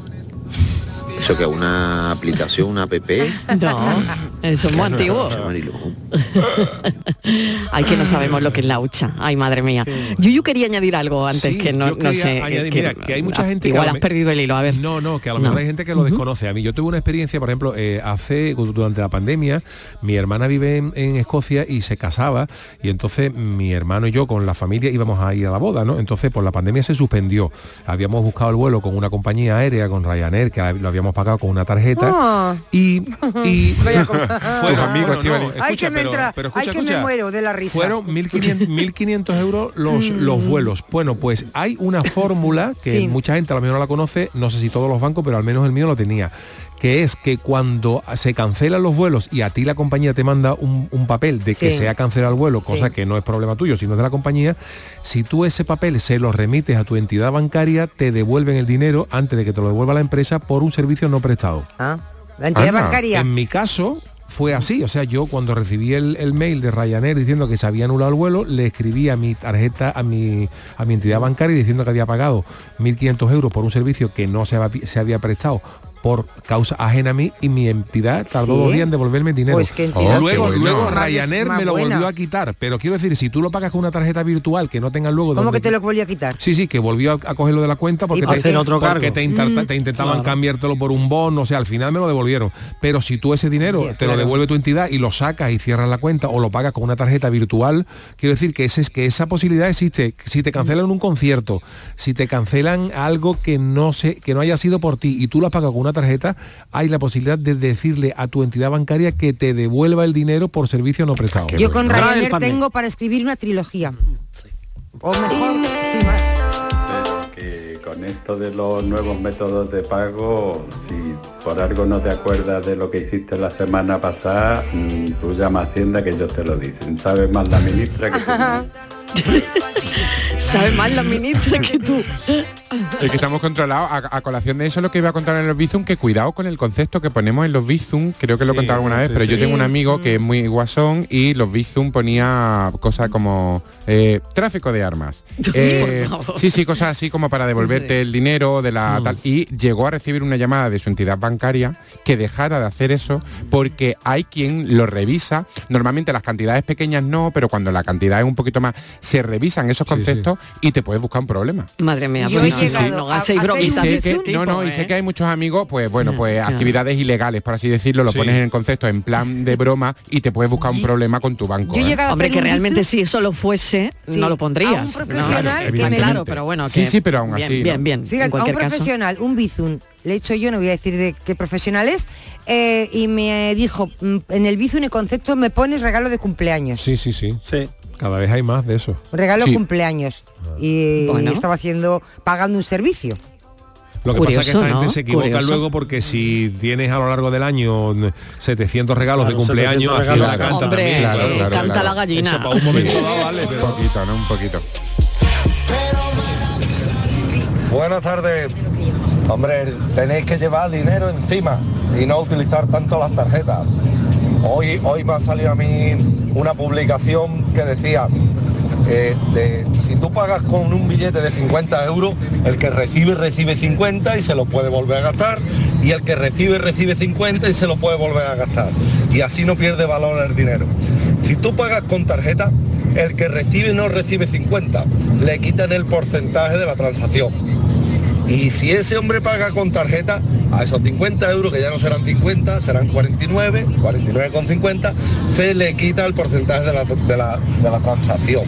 [SPEAKER 45] Eso que es una aplicación, una app.
[SPEAKER 2] No, eso es muy antiguo.
[SPEAKER 45] Hucha, Mariló.
[SPEAKER 2] Ay, que no sabemos lo que es la hucha. Ay, madre mía. Yuyu quería añadir algo antes
[SPEAKER 7] Sí,
[SPEAKER 2] que no,
[SPEAKER 7] yo
[SPEAKER 2] no
[SPEAKER 7] quería
[SPEAKER 2] sé. eh,
[SPEAKER 7] añadir,
[SPEAKER 2] que- ah,
[SPEAKER 7] mira, que hay mucha gente que a
[SPEAKER 2] Igual
[SPEAKER 7] lo
[SPEAKER 2] has
[SPEAKER 7] me-
[SPEAKER 2] perdido el hilo, a ver.
[SPEAKER 7] No, no, que a lo mejor hay gente que lo desconoce. A mí yo tuve una experiencia, por ejemplo, eh, hace durante la pandemia, mi hermana vive en, en Escocia y se casaba y entonces mi hermano y yo con la familia íbamos a ir a la boda, ¿no? Entonces por la pandemia se suspendió. Habíamos buscado el vuelo con una compañía aérea, con Ryanair, que lo habíamos pagado con una tarjeta.
[SPEAKER 2] Ah.
[SPEAKER 7] Y, y
[SPEAKER 46] Ah. Vaya co-
[SPEAKER 7] Tus amigos, Estivali,
[SPEAKER 46] Ay,
[SPEAKER 7] escucha,
[SPEAKER 46] que me
[SPEAKER 7] pero-
[SPEAKER 46] entra-
[SPEAKER 7] pero
[SPEAKER 46] ay,
[SPEAKER 7] escucha,
[SPEAKER 46] que me
[SPEAKER 7] escucha.
[SPEAKER 46] muero de la risa. Mm.
[SPEAKER 7] Fueron 1.500 1.500 euros los, los vuelos. Bueno, pues hay una fórmula que
[SPEAKER 46] Sí.
[SPEAKER 7] mucha gente a lo mejor no la conoce, no sé si todos los bancos, pero al menos el mío lo tenía que es que cuando se cancelan los vuelos y a ti la compañía te manda un, un papel de que
[SPEAKER 40] Sí.
[SPEAKER 7] se ha cancelado el vuelo, cosa
[SPEAKER 40] Sí.
[SPEAKER 7] que no es problema tuyo, sino de la compañía, si tú ese papel se lo remites a tu entidad bancaria, te devuelven el dinero antes de que te lo devuelva la empresa por un servicio no prestado.
[SPEAKER 46] Ah, La entidad
[SPEAKER 7] Anda.
[SPEAKER 46] bancaria.
[SPEAKER 7] En mi caso fue así, o sea, yo cuando recibí el, el mail de Ryanair diciendo que se había anulado el vuelo, le escribí a mi tarjeta, a mi, a mi entidad bancaria diciendo que había pagado 1.500 euros por un servicio que no se había, se había prestado por causa ajena a mí y mi entidad tardó
[SPEAKER 3] Sí.
[SPEAKER 7] dos días en devolverme el dinero.
[SPEAKER 3] Pues qué entidad
[SPEAKER 7] luego,
[SPEAKER 3] que-
[SPEAKER 7] luego
[SPEAKER 3] Más-
[SPEAKER 7] Ryanair
[SPEAKER 3] más
[SPEAKER 7] me lo volvió
[SPEAKER 3] buena.
[SPEAKER 7] a quitar. Pero quiero decir, si tú lo pagas con una tarjeta virtual que no tenga luego
[SPEAKER 3] ¿Cómo
[SPEAKER 7] donde
[SPEAKER 3] que te lo volví a quitar?
[SPEAKER 7] Sí, sí, que volvió a, a cogerlo de la cuenta porque,
[SPEAKER 3] ¿Y por
[SPEAKER 7] te,
[SPEAKER 3] qué? Hacer otro
[SPEAKER 7] porque
[SPEAKER 3] cargo.
[SPEAKER 7] te, intar-
[SPEAKER 3] Mm.
[SPEAKER 7] te intentaban
[SPEAKER 3] Claro.
[SPEAKER 7] cambiártelo por un bono, o sea, al final me lo devolvieron. Pero si tú ese dinero te
[SPEAKER 3] claro.
[SPEAKER 7] lo devuelve tu entidad y lo sacas y cierras la cuenta o lo pagas con una tarjeta virtual, quiero decir que, ese, es- que esa posibilidad existe. Si te cancelan un concierto, si te cancelan algo que no, se, que no haya sido por ti y tú lo has pagado con una tarjeta, hay la posibilidad de decirle a tu entidad bancaria que te devuelva el dinero por servicio no prestado.
[SPEAKER 3] Yo con Ryanair tengo para escribir una trilogía. O mejor, sí, más.
[SPEAKER 47] que con esto de los nuevos métodos de pago, si por algo no te acuerdas de lo que hiciste la semana pasada, mm, tú llama a Hacienda que ellos te lo dicen. Sabe más la ministra que tú.
[SPEAKER 2] Sabe más la ministra que tú.
[SPEAKER 4] El que estamos controlados, a, a colación de eso lo que iba a contar en los Bizum, que cuidado con el concepto que ponemos en los Bizum, creo que lo he Sí, contado alguna vez, sí, pero sí. yo tengo un Sí. amigo que es muy guasón y los Bizum ponía cosas como eh, tráfico de armas. Eh, sí, sí, cosas así como para devolverte el dinero de
[SPEAKER 2] Mm.
[SPEAKER 4] la tal. Y llegó a recibir una llamada de su entidad bancaria que dejara de hacer eso porque hay quien lo revisa. Normalmente las cantidades pequeñas no, pero cuando la cantidad es un poquito más, se revisan esos conceptos y te puedes buscar un problema.
[SPEAKER 2] Madre mía,
[SPEAKER 4] Yo
[SPEAKER 2] pues
[SPEAKER 4] he
[SPEAKER 2] no,
[SPEAKER 4] llegado
[SPEAKER 2] no
[SPEAKER 4] a-
[SPEAKER 2] gastéis
[SPEAKER 4] a
[SPEAKER 2] bromitas
[SPEAKER 4] hacer
[SPEAKER 2] de
[SPEAKER 4] un
[SPEAKER 2] ese
[SPEAKER 4] Sé que- no,
[SPEAKER 2] tipo,
[SPEAKER 4] no, y
[SPEAKER 2] ¿eh?
[SPEAKER 4] sé que hay muchos amigos, pues bueno, pues
[SPEAKER 2] claro.
[SPEAKER 4] actividades ilegales, por así decirlo, lo pones en contexto en plan de broma y te puedes buscar un problema con tu banco. ¿eh?
[SPEAKER 2] Hombre, que realmente si eso lo fuese,
[SPEAKER 3] Sí,
[SPEAKER 2] no
[SPEAKER 3] a
[SPEAKER 2] lo
[SPEAKER 3] un
[SPEAKER 2] pondrías. ¿no?
[SPEAKER 4] profesional que me-
[SPEAKER 2] claro, pero bueno,
[SPEAKER 4] Sí,
[SPEAKER 2] que-
[SPEAKER 4] sí, pero aún
[SPEAKER 2] bien,
[SPEAKER 4] así, ¿no?
[SPEAKER 2] Bien, bien,
[SPEAKER 3] Fíjate,
[SPEAKER 2] en
[SPEAKER 3] a un
[SPEAKER 2] cualquier caso.
[SPEAKER 3] profesional, un bizum, le he hecho yo, no voy a decir de qué profesional es, eh, y me dijo, "Mm, en el bizum y concepto me pones regalo de cumpleaños.
[SPEAKER 7] Sí, sí, sí. Cada vez hay más de eso.
[SPEAKER 3] Regalo
[SPEAKER 7] Sí.
[SPEAKER 3] cumpleaños. Y
[SPEAKER 7] Bueno.
[SPEAKER 3] estaba haciendo, pagando un
[SPEAKER 7] Lo
[SPEAKER 3] servicio.
[SPEAKER 7] que pasa es que
[SPEAKER 3] Curioso,
[SPEAKER 7] esta gente
[SPEAKER 3] ¿no?
[SPEAKER 7] se equivoca
[SPEAKER 3] Curioso.
[SPEAKER 7] luego porque si tienes a lo largo del año mm, 700 regalos de cumpleaños, haces la canta también, claro, claro, claro. Eso para un momento dado vale, pero-
[SPEAKER 4] Un poquito, ¿no? Un poquito.
[SPEAKER 48] Buenas tardes. Hombre, tenéis que llevar dinero encima y no utilizar tanto las tarjetas. Hoy, hoy me ha salido a mí una publicación que decía, eh, de- si tú pagas con un billete de 50 euros, el que recibe recibe 50 y se lo puede volver a gastar, y el que recibe recibe 50 y se lo puede volver a gastar. Y así no pierde valor el dinero. Si tú pagas con tarjeta, el que recibe no recibe 50, le quitan el porcentaje de la transacción. Y si ese hombre paga con tarjeta, a esos 50 euros, que ya no serán 50, serán 49, 49,50, se le quita el porcentaje de la, de la- de la transacción.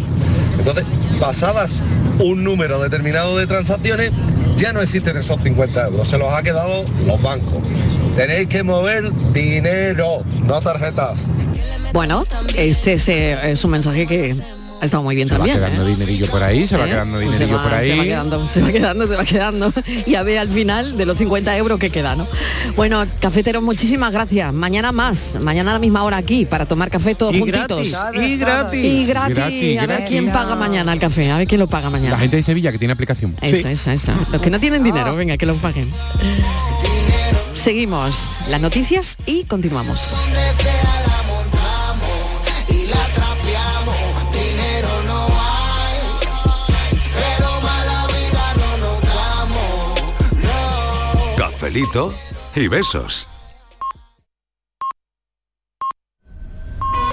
[SPEAKER 48] Entonces, pasadas un número determinado de transacciones, ya no existen esos 50 euros, se los ha quedado los bancos. Tenéis que mover dinero, no tarjetas.
[SPEAKER 2] Bueno, este es, eh, es un mensaje que ha estado muy bien
[SPEAKER 4] Se va
[SPEAKER 2] también.
[SPEAKER 4] quedando
[SPEAKER 2] ¿eh?
[SPEAKER 4] dinerillo por ahí, se va
[SPEAKER 2] ¿Eh?
[SPEAKER 4] quedando
[SPEAKER 2] Pues se
[SPEAKER 4] dinerillo
[SPEAKER 2] va-
[SPEAKER 4] por ahí.
[SPEAKER 2] Se va quedando, se va quedando, se va quedando. Y a ver al final de los 50 euros que queda, ¿no? Bueno, cafeteros, muchísimas gracias. Mañana más, mañana a la misma hora aquí para tomar café todos
[SPEAKER 4] Y
[SPEAKER 2] juntitos.
[SPEAKER 4] gratis, y gratis.
[SPEAKER 2] Y gratis.
[SPEAKER 4] Gratis,
[SPEAKER 2] A ver
[SPEAKER 4] gratis.
[SPEAKER 2] quién paga mañana el café, a ver quién lo paga
[SPEAKER 4] La
[SPEAKER 2] mañana.
[SPEAKER 4] gente de Sevilla que tiene aplicación.
[SPEAKER 2] Eso, eso, eso. Los que no tienen dinero, venga, que lo paguen. Seguimos las noticias y continuamos.
[SPEAKER 49] y la trapeamos. Dinero no hay, pero mala vida no nos damos.
[SPEAKER 1] Cafelito y besos.